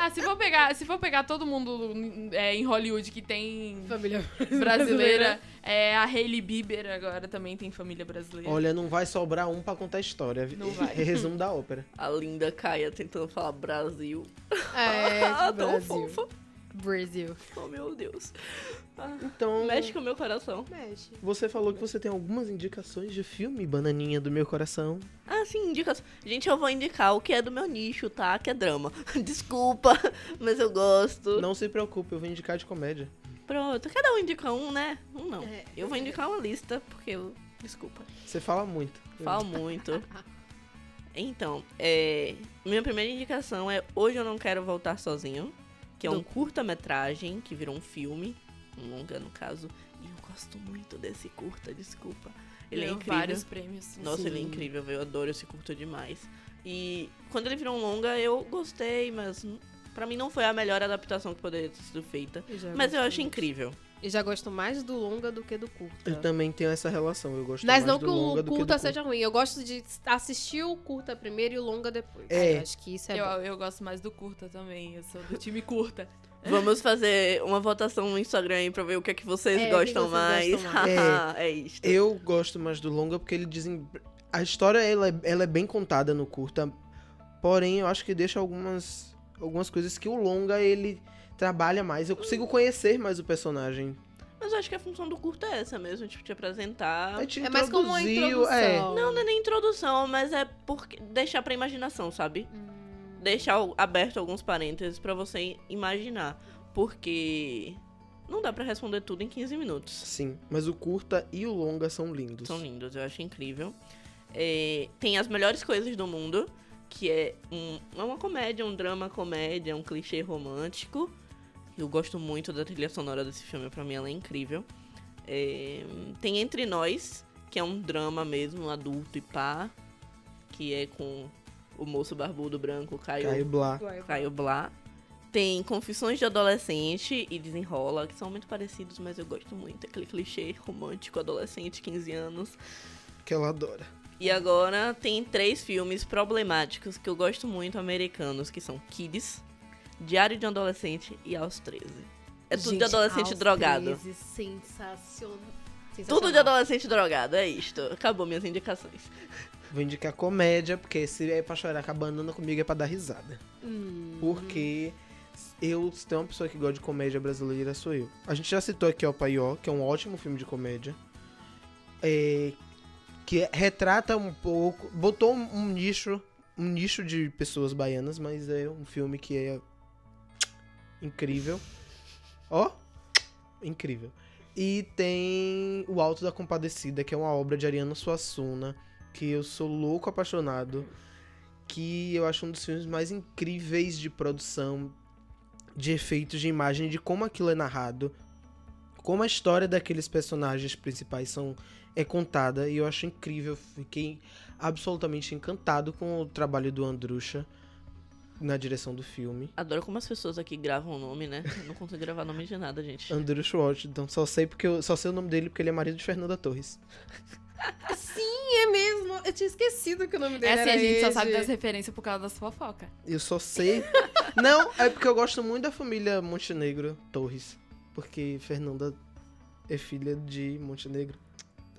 Speaker 3: Ah, se for pegar, se for pegar todo mundo é, em Hollywood que tem
Speaker 2: [laughs]
Speaker 4: Família
Speaker 3: brasileira, é, a Hailey Bieber agora também tem família brasileira.
Speaker 1: Olha, não vai sobrar um pra contar a história.
Speaker 3: Não vai.
Speaker 1: É [laughs] resumo da ópera.
Speaker 2: A linda Caia tentando falar Brasil.
Speaker 4: É,
Speaker 2: [laughs] ah, tão
Speaker 4: Brasil.
Speaker 2: fofa.
Speaker 4: Brasil.
Speaker 2: Oh, meu Deus. Ah,
Speaker 3: Hum.
Speaker 1: Então,
Speaker 2: Mexe com o meu coração.
Speaker 4: Mexe.
Speaker 1: você falou que você tem algumas indicações de filme, bananinha do meu coração.
Speaker 2: Ah, sim, indicação. Gente, eu vou indicar o que é do meu nicho, tá? Que é drama. [laughs] Desculpa, mas eu gosto.
Speaker 1: Não se preocupe, eu vou indicar de comédia.
Speaker 2: Pronto, cada um indica um, né? Um não.
Speaker 4: É.
Speaker 2: Eu vou indicar uma lista, porque eu. Desculpa.
Speaker 1: Você fala muito.
Speaker 2: Falo muito. Então, é, minha primeira indicação é Hoje Eu Não Quero Voltar Sozinho, que é um
Speaker 4: Do-
Speaker 2: curta-metragem que virou um filme, um longa no caso, e eu gosto muito desse curta, desculpa. Ele é
Speaker 3: Ganhou
Speaker 2: incrível.
Speaker 3: vários prêmios.
Speaker 2: Nossa, ele é
Speaker 1: Sim.
Speaker 2: incrível, eu adoro esse curto demais. E quando ele virou um longa, eu gostei, mas hum, pra mim não foi a melhor adaptação que poderia ter sido feita.
Speaker 4: Eu já
Speaker 2: Mas eu
Speaker 4: gosto
Speaker 2: acho
Speaker 4: muito.
Speaker 2: incrível.
Speaker 4: E já gosto mais do longa do que do curta.
Speaker 1: Eu também tenho essa relação. Eu gosto
Speaker 4: Tá.
Speaker 1: mais
Speaker 4: Mas não
Speaker 1: do
Speaker 4: que o
Speaker 1: longa do que do
Speaker 4: curta
Speaker 1: curto.
Speaker 4: seja ruim. Eu gosto de assistir o curta primeiro e o longa depois.
Speaker 1: É.
Speaker 4: Eu acho que isso é
Speaker 3: Eu,
Speaker 4: bom.
Speaker 3: eu gosto mais do curta também. Eu sou do time curta.
Speaker 2: Vamos fazer uma votação no Instagram aí pra ver o que é que vocês
Speaker 4: É, o que
Speaker 2: gostam
Speaker 4: vocês
Speaker 2: mais.
Speaker 4: gostam mais.
Speaker 2: [laughs] Haha, é isto.
Speaker 1: Eu gosto mais do longa porque ele dizem a história ela é, ela é bem contada no curta, porém eu acho que deixa algumas algumas coisas que o longa ele trabalha mais. Eu consigo conhecer mais o personagem.
Speaker 2: Mas eu acho que a função do curto é essa mesmo, tipo, te apresentar.
Speaker 1: Aí te
Speaker 4: É mais como uma
Speaker 1: introduziu, é.
Speaker 4: introdução.
Speaker 2: Não, não é nem introdução, mas é porque deixar pra imaginação, sabe?
Speaker 4: Hum.
Speaker 2: Deixar o- aberto alguns parênteses pra você imaginar. Porque não dá pra responder tudo em 15 minutos.
Speaker 1: Sim, mas o curta e o longa são lindos.
Speaker 2: São lindos, eu acho incrível. É, tem as melhores coisas do mundo, que é, um- é uma comédia, um drama comédia, um clichê romântico. Eu gosto muito da trilha sonora desse filme, pra mim ela é incrível. É, tem Entre Nós, que é um drama mesmo, adulto e pá, que é com o moço barbudo branco, Caio,
Speaker 1: Caio
Speaker 2: Caio.
Speaker 1: Blá.
Speaker 2: Blá. Tem Confissões de Adolescente e Desenrola, que são muito parecidos, mas eu gosto muito. Aquele clichê romântico, adolescente, 15 anos.
Speaker 1: que ela adora.
Speaker 2: E agora tem três filmes problemáticos que eu gosto muito, americanos, que são Kids, Diário de um Adolescente e Aos 13. É tudo de
Speaker 4: Gente,
Speaker 2: adolescente
Speaker 4: aos
Speaker 2: drogado.
Speaker 4: 13, sensacional.
Speaker 2: Tudo
Speaker 4: Sensacional.
Speaker 1: é
Speaker 2: de adolescente drogado, é isto. Acabou minhas indicações.
Speaker 1: Vou indicar comédia, porque se é pra chorar com a banana comigo é pra dar risada.
Speaker 4: Hum.
Speaker 1: Porque eu, se tem uma pessoa que gosta de comédia brasileira, sou eu. A gente já citou aqui o Paió, que é um ótimo filme de comédia. É, que retrata um pouco. Botou um, um nicho. Um nicho de pessoas baianas, mas é um filme que é incrível. Ó! Incrível. E tem O Alto da Compadecida, que é uma obra de Ariano Suassuna, que eu sou louco apaixonado que eu acho um dos filmes mais incríveis de produção, de efeitos de imagem, de como aquilo é narrado, como a história daqueles personagens principais são é contada, e eu acho incrível, fiquei absolutamente encantado com o trabalho do Andrucha na direção do filme.
Speaker 2: Adoro como as pessoas aqui gravam o nome, né? Eu não consigo gravar nome de nada, gente.
Speaker 1: Andrew Washington, só sei porque eu, só sei o nome dele porque ele é marido de Fernanda Torres.
Speaker 4: Sim, é mesmo. Eu tinha esquecido que o nome
Speaker 3: É
Speaker 4: dele
Speaker 3: assim,
Speaker 4: era
Speaker 3: a gente só
Speaker 4: esse.
Speaker 3: sabe das referências por causa das fofocas.
Speaker 1: Eu só
Speaker 2: [laughs]
Speaker 1: sei. Não, é porque eu gosto muito da família Montenegro Torres. Porque Fernanda é filha de Montenegro.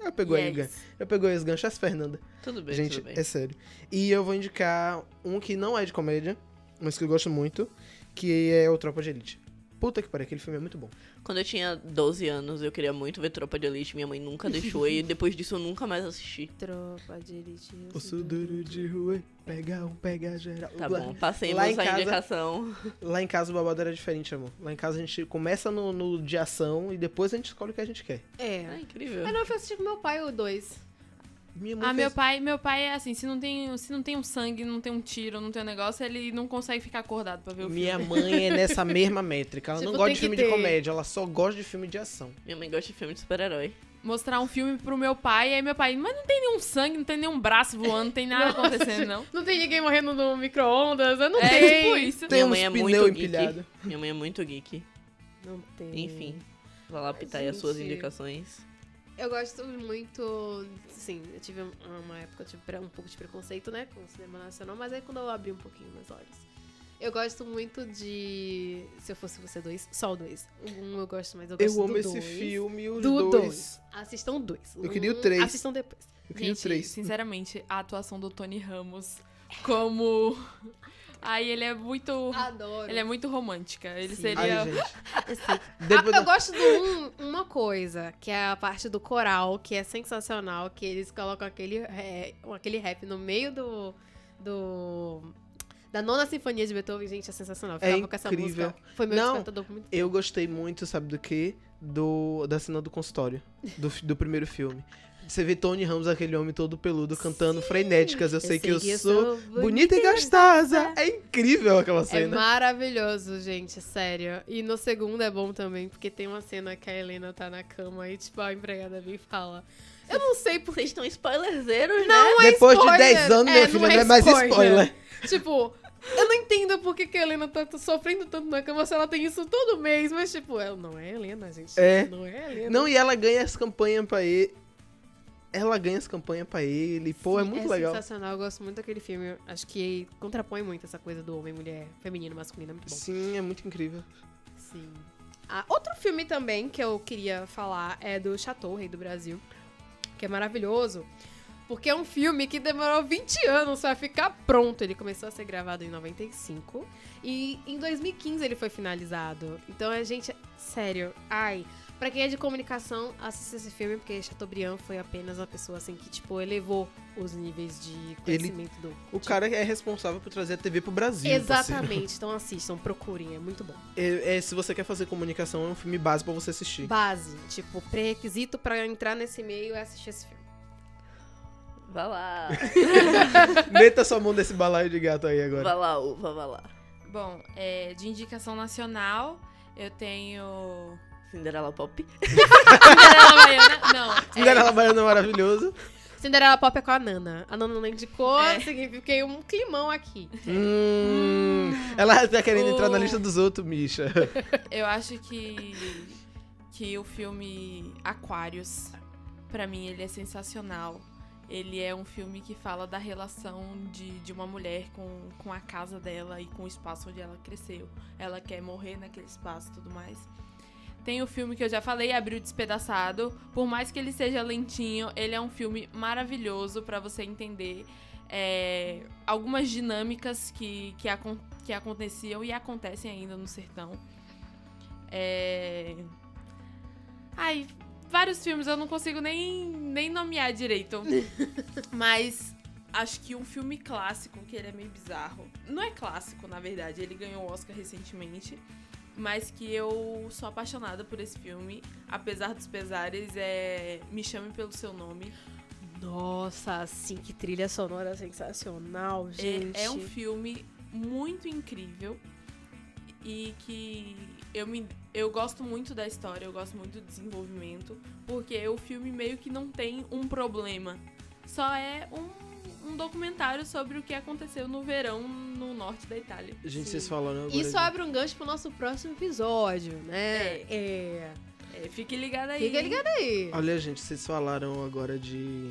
Speaker 1: Ela pegou
Speaker 3: é
Speaker 1: aí o gancho. Ela pegou esse gancho, essa Fernanda.
Speaker 2: é Tudo bem,
Speaker 1: Gente,
Speaker 2: tudo bem.
Speaker 1: é sério. E eu vou indicar um que não é de comédia, mas que eu gosto muito, que é o Tropa de Elite. Puta que pariu, aquele filme é muito bom.
Speaker 2: Quando eu tinha 12 anos, eu queria muito ver Tropa de Elite. Minha mãe nunca deixou
Speaker 1: [laughs]
Speaker 2: e depois disso eu nunca mais assisti.
Speaker 4: Tropa de elite. eu
Speaker 1: O
Speaker 4: sou
Speaker 1: suduro de rua, pega um, pega geral.
Speaker 2: Tá bom, passei
Speaker 1: Lá
Speaker 2: a
Speaker 1: em casa-
Speaker 2: indicação.
Speaker 1: Lá em casa o babado era diferente, amor. Lá em casa a gente começa no, no de ação e depois a gente escolhe o que a gente quer.
Speaker 4: É.
Speaker 2: É incrível.
Speaker 4: Ah, não, eu fui assistir com meu pai o dois.
Speaker 1: Minha mãe
Speaker 3: Ah, meu
Speaker 1: fez-
Speaker 3: pai, meu pai é assim, se não, tem, se não tem um sangue, não tem um tiro, não tem um negócio, ele não consegue ficar acordado pra ver o
Speaker 1: Minha mãe é nessa mesma métrica. Ela
Speaker 4: Tipo,
Speaker 1: não gosta
Speaker 4: tem
Speaker 1: de
Speaker 4: que
Speaker 1: filme de
Speaker 4: ter.
Speaker 1: comédia, ela só gosta de filme de ação.
Speaker 2: Minha mãe gosta de filme de super-herói.
Speaker 3: filme. Mostrar um filme pro meu pai, aí meu pai, mas não tem nenhum sangue, não tem nenhum braço voando, não tem nada
Speaker 4: Nossa,
Speaker 3: acontecendo, não.
Speaker 4: Não tem ninguém morrendo no micro-ondas. Eu não
Speaker 3: É
Speaker 4: tem.
Speaker 3: tipo isso.
Speaker 1: Tem
Speaker 2: Minha
Speaker 1: uns
Speaker 2: mãe é
Speaker 1: pneu
Speaker 2: muito
Speaker 1: empilhado.
Speaker 2: geek. Minha mãe é muito geek.
Speaker 4: Não tem.
Speaker 2: Enfim, vai lá pitar aí as suas
Speaker 4: gente.
Speaker 2: indicações.
Speaker 4: Eu gosto muito. Sim, eu tive um- uma época, eu tive pre- um pouco de preconceito, né? Com o cinema nacional, mas aí quando eu abri um pouquinho meus olhos. Eu gosto muito de. Se eu fosse você dois, só o dois. Um eu gosto, mas eu gosto
Speaker 1: Eu amo
Speaker 4: do
Speaker 1: esse
Speaker 4: dois.
Speaker 1: filme, os
Speaker 4: Do
Speaker 1: dois.
Speaker 4: dois. Assistam o dois.
Speaker 1: Eu queria o
Speaker 4: Um,
Speaker 1: três.
Speaker 4: Assistam depois.
Speaker 1: Eu queria o
Speaker 3: Gente,
Speaker 1: três.
Speaker 3: sinceramente, a atuação do Tony Ramos como... [laughs] Ai, ele é muito...
Speaker 4: Adoro.
Speaker 3: Ele é muito romântica. Ele
Speaker 4: Sim.
Speaker 1: Ai,
Speaker 3: seria...
Speaker 1: gente.
Speaker 4: Ah,
Speaker 1: Depois
Speaker 4: eu gosto de um, uma coisa, que é a parte do coral, que é sensacional, que eles colocam aquele, é, aquele rap no meio do, do- Da nona sinfonia de Beethoven, gente, é sensacional. Eu
Speaker 1: É
Speaker 4: Ficava com essa
Speaker 1: incrível.
Speaker 4: música. Foi meu
Speaker 1: Não.
Speaker 4: despertador por muito tempo.
Speaker 1: Eu gostei muito, sabe do que? Do, da cena do consultório, do, fi- do primeiro filme. Você vê Tony Ramos, aquele homem todo peludo, cantando frenéticas. Eu, sei, que eu sou bonita e gostosa. É incrível aquela
Speaker 4: É
Speaker 1: cena.
Speaker 4: maravilhoso, gente, sério. E no segundo é bom também, porque tem uma cena que a Helena tá na cama e, tipo, a empregada vem e fala. Eu não sei por
Speaker 2: Vocês estão spoilerzeiros, né?
Speaker 4: Não é
Speaker 1: Depois
Speaker 4: spoiler.
Speaker 1: de 10 anos, minha filha, não é mais spoiler.
Speaker 4: Tipo, eu não entendo por que, que a Helena tá sofrendo tanto na cama se ela tem isso todo mês, mas tipo, ela não é a Helena, gente.
Speaker 1: É.
Speaker 4: Não é a Helena.
Speaker 1: Não, e ela ganha as campanhas pra ele. Ela ganha as campanhas pra ele. Pô, é
Speaker 4: Sim,
Speaker 1: muito legal.
Speaker 4: sensacional, eu gosto muito daquele filme. Acho que contrapõe muito essa coisa do homem, mulher, feminino, masculino, é muito bom.
Speaker 1: Sim, é muito incrível.
Speaker 4: Sim. Ah, outro filme também que eu queria falar é do Chateau, Rei do Brasil, que é maravilhoso, porque é um filme que demorou 20 anos pra ficar pronto. Ele começou a ser gravado em 95 e em 2015 ele foi finalizado. Então, é, gente, sério, ai. Pra quem é de comunicação, assista esse filme, porque Chateaubriand foi apenas uma pessoa assim que, tipo, elevou os níveis de conhecimento do.
Speaker 1: O cara é responsável por trazer a TV pro Brasil. parceiro.
Speaker 4: Exatamente, então assistam, procurem, é muito bom.
Speaker 1: É, é, se você quer fazer comunicação, é um filme base pra você assistir. [laughs]
Speaker 4: base. Tipo, pré-requisito pra entrar nesse meio é assistir esse filme.
Speaker 2: Vai lá.
Speaker 1: Meta sua mão nesse balaio de gato aí agora.
Speaker 2: Vai lá, uva, vai lá.
Speaker 3: Bom, é, de indicação nacional, eu tenho...
Speaker 2: Cinderela Pop.
Speaker 3: Cinderela Baiana? Ah, Não. [laughs] é-
Speaker 1: Cinderela Baiana é maravilhoso.
Speaker 4: Cinderela Pop é com a Nana. A Nana não indicou,
Speaker 3: É.
Speaker 4: signifiquei um climão aqui.
Speaker 1: Hum, ela tá querendo entrar na
Speaker 4: Oh.
Speaker 3: O-
Speaker 1: lista dos outros, Misha.
Speaker 3: Eu acho que que o filme Aquarius, pra mim, ele é sensacional. Ele é um filme que fala da relação de, de uma mulher com, com a casa dela e com o espaço onde ela cresceu. Ela quer morrer naquele espaço e tudo mais. Tem o filme que eu já falei, Abril Despedaçado. Por mais que ele seja lentinho, ele é um filme maravilhoso pra você entender é, algumas dinâmicas que, que, acon- que aconteciam e acontecem ainda no sertão. É... Ai, vários filmes eu não consigo nem, nem nomear direito. Mas acho que um filme clássico, que ele é meio bizarro. Não é clássico, na verdade, ele ganhou o Oscar recentemente. Mas que eu sou apaixonada por esse filme, apesar dos pesares, é Me Chame Pelo Seu Nome.
Speaker 4: Nossa, assim, que trilha sonora sensacional,
Speaker 3: É- É, um filme muito incrível e que eu, me, eu gosto muito da história, eu gosto muito do desenvolvimento, porque o filme meio que não tem um problema. Só é um, um documentário sobre o que aconteceu no verão no norte da Itália.
Speaker 1: Gente,
Speaker 4: Sim.
Speaker 1: vocês falaram agora.
Speaker 4: Isso abre um gancho pro nosso próximo episódio, né? É.
Speaker 3: É, fique ligado aí.
Speaker 4: Fica ligado aí.
Speaker 1: Olha, gente, vocês falaram agora de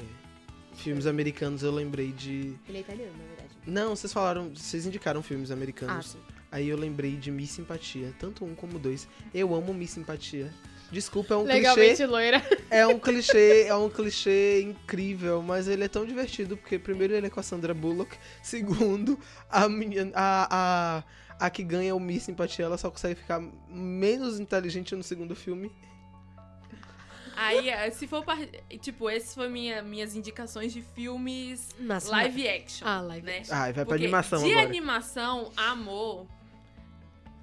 Speaker 1: filmes americanos, eu lembrei de.
Speaker 4: Ele é italiano, na verdade.
Speaker 1: Não, vocês falaram. Vocês indicaram filmes
Speaker 4: Ah,
Speaker 1: americanos.
Speaker 4: sim.
Speaker 1: Aí eu lembrei de Miss Simpatia, tanto um como dois. Eu amo Miss Simpatia. Desculpa, é um
Speaker 4: Legalmente
Speaker 1: clichê.
Speaker 4: loira.
Speaker 1: [laughs] É um clichê, é um clichê incrível, mas ele é tão divertido, porque primeiro ele é com a Sandra Bullock, [laughs] segundo, a menina. A, a, a que ganha o Miss Simpatia, ela só consegue ficar menos inteligente no segundo filme.
Speaker 3: Aí, eh, se for. par- Tipo, essas foram minha, minhas indicações de filmes
Speaker 4: Nossa,
Speaker 3: live action.
Speaker 4: [laughs] Ah, live.
Speaker 3: né?
Speaker 1: Ah, e vai pra
Speaker 3: Porque
Speaker 1: animação
Speaker 3: de
Speaker 1: agora.
Speaker 3: animação, amor.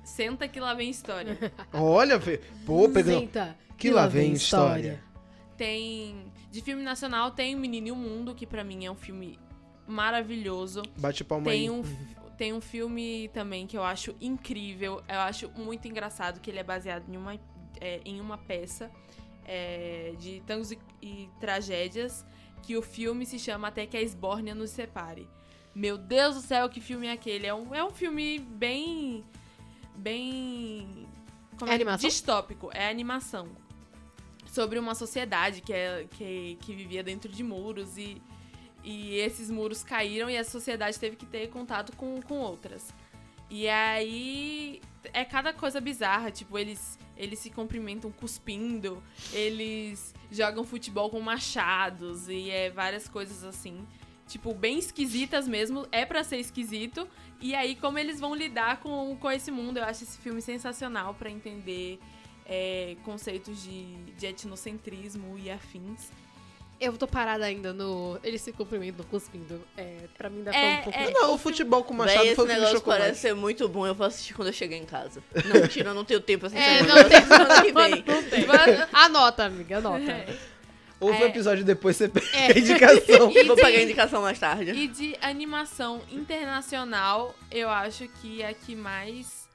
Speaker 3: Senta que lá vem história.
Speaker 1: [laughs] Olha, Fê. Pô, pegando.
Speaker 4: Senta,
Speaker 1: Que lá vem história.
Speaker 3: Tem. De filme nacional, tem O Menino e o Mundo, que pra mim é um filme maravilhoso.
Speaker 1: Bate palma aí.
Speaker 3: Tem
Speaker 1: [laughs]
Speaker 3: um, tem um filme também que eu acho incrível, eu acho muito engraçado, que ele é baseado em uma, é, em uma peça é, de tangos e, e tragédias, que o filme se chama Até que a Esbórnia nos separe. Meu Deus do céu, que filme é aquele? É um, é um filme bem... bem... como
Speaker 4: É animação?
Speaker 3: Distópico, é animação. Sobre uma sociedade que, é, que, que vivia dentro de muros e e esses muros caíram e a sociedade teve que ter contato com, com outras. E aí é cada coisa bizarra, tipo, eles, eles se cumprimentam cuspindo, eles jogam futebol com machados e é várias coisas assim. Tipo, bem esquisitas mesmo, é pra ser esquisito. E aí, como eles vão lidar com, com esse mundo, eu acho esse filme sensacional pra entender é, conceitos de, de etnocentrismo e afins.
Speaker 4: Eu tô parada ainda no. Eles se cumprimentam cuspindo. É, pra mim dá
Speaker 3: É,
Speaker 4: pra um pouco.
Speaker 3: é.
Speaker 1: Ah, Não, o futebol
Speaker 4: Um
Speaker 1: com o Machado
Speaker 2: Véi, esse
Speaker 1: foi o que me
Speaker 2: negócio
Speaker 1: chocou
Speaker 2: parece
Speaker 1: mais.
Speaker 2: ser muito bom, eu vou assistir quando eu chegar em casa. Não, mentira, eu não tenho tempo essa
Speaker 4: É,
Speaker 2: semana.
Speaker 4: não tem
Speaker 2: semana que vem.
Speaker 4: [laughs] Não tem. É. Anota, amiga, anota. É.
Speaker 1: Ouve o
Speaker 3: É.
Speaker 1: episódio depois, você pega a
Speaker 4: [laughs]
Speaker 1: indicação.
Speaker 2: Vou pegar a indicação mais tarde.
Speaker 3: [laughs] E de animação internacional, eu acho que é a que mais.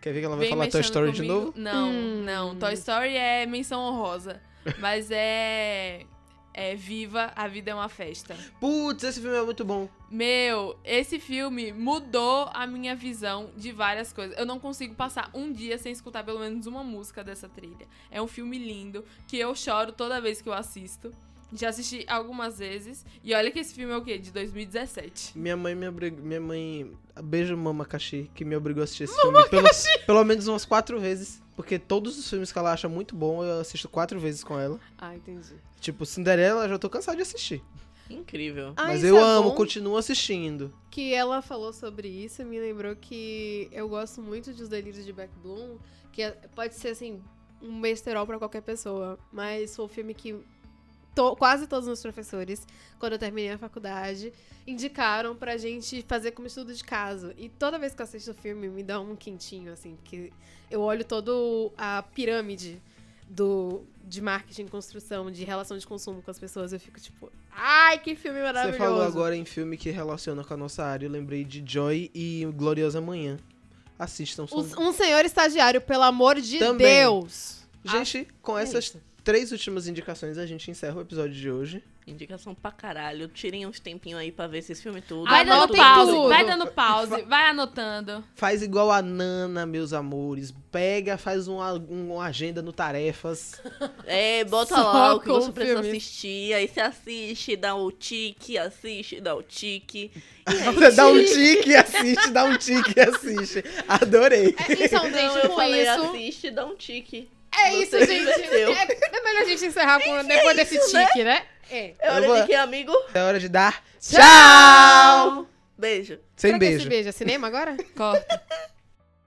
Speaker 1: Quer ver que ela vai
Speaker 3: vem
Speaker 1: falar Toy
Speaker 3: mexendo
Speaker 1: Story de
Speaker 3: comigo-
Speaker 1: novo?
Speaker 3: Não,
Speaker 4: Hum.
Speaker 3: não. Toy Story é menção honrosa. Mas é. É Viva, a Vida é uma Festa.
Speaker 1: Putz, esse filme é muito bom.
Speaker 3: Meu, esse filme mudou a minha visão de várias coisas. Eu não consigo passar um dia sem escutar pelo menos uma música dessa trilha. É um filme lindo que eu choro toda vez que eu assisto. Já assisti algumas vezes. E olha que esse filme é o quê? De 2017.
Speaker 1: Minha mãe me obrigou. Minha mãe. Beijo, Mama Kashi, que me obrigou a assistir esse filme. Pelo, pelo menos umas quatro vezes. Porque todos os filmes que ela acha muito bom, eu assisto quatro vezes com ela.
Speaker 4: Ah, entendi.
Speaker 1: Tipo, Cinderela, eu já tô cansado de assistir.
Speaker 2: Incrível.
Speaker 4: Ah,
Speaker 1: Mas
Speaker 4: isso
Speaker 1: eu
Speaker 4: é
Speaker 1: amo,
Speaker 4: bom
Speaker 1: continuo assistindo.
Speaker 4: Que ela falou sobre isso e me lembrou que eu gosto muito dos delírios de Back Bloom, que é- pode ser assim, um besterol pra qualquer pessoa, mas foi um filme que to- quase todos os meus professores, quando eu terminei a faculdade, indicaram pra gente fazer como estudo de caso. E toda vez que eu assisto o filme, me dá um quentinho, assim, porque eu olho todo a pirâmide do, de marketing, construção, de relação de consumo com as pessoas, eu fico tipo, ai, que filme maravilhoso!
Speaker 1: Você falou agora em filme que relaciona com a nossa área. Eu lembrei de Joy e Gloriosa Manhã. Assistam. São...
Speaker 4: Um, um senhor estagiário, pelo amor de
Speaker 1: Também.
Speaker 4: Deus.
Speaker 1: Gente, com
Speaker 4: é
Speaker 1: essas
Speaker 4: isso.
Speaker 1: três últimas indicações, a gente encerra o episódio de hoje.
Speaker 2: Indicação pra caralho. Tirem uns tempinhos aí pra ver esses filmes tudo.
Speaker 3: Vai dando
Speaker 4: Anotem
Speaker 3: pause,
Speaker 4: tudo.
Speaker 3: vai dando pause, vai anotando.
Speaker 1: Faz igual a Nana, meus amores. Pega, faz uma, um- uma agenda no Tarefas.
Speaker 2: É, bota
Speaker 4: Só
Speaker 2: lá o que
Speaker 4: com
Speaker 2: você precisa
Speaker 4: filme.
Speaker 2: assistir. Aí você assiste, dá o tique, assiste, dá o tique.
Speaker 1: [laughs] dá um tique e assiste, dá um tique e assiste. Adorei.
Speaker 4: É, então, gente,
Speaker 2: Não, eu
Speaker 4: com
Speaker 2: falei,
Speaker 4: isso.
Speaker 2: assiste, dá um tique.
Speaker 4: é
Speaker 2: você
Speaker 4: isso, gente.
Speaker 2: inverteu.
Speaker 4: É, é melhor a gente encerrar com- depois desse tique, né? É.
Speaker 2: É
Speaker 1: Eu
Speaker 2: hora
Speaker 1: vou-
Speaker 2: de que, amigo?
Speaker 1: É hora de dar
Speaker 4: Tchau!
Speaker 2: Beijo.
Speaker 1: sem
Speaker 4: Será que
Speaker 1: beijo.
Speaker 4: esse beijo é cinema agora?
Speaker 3: Corta.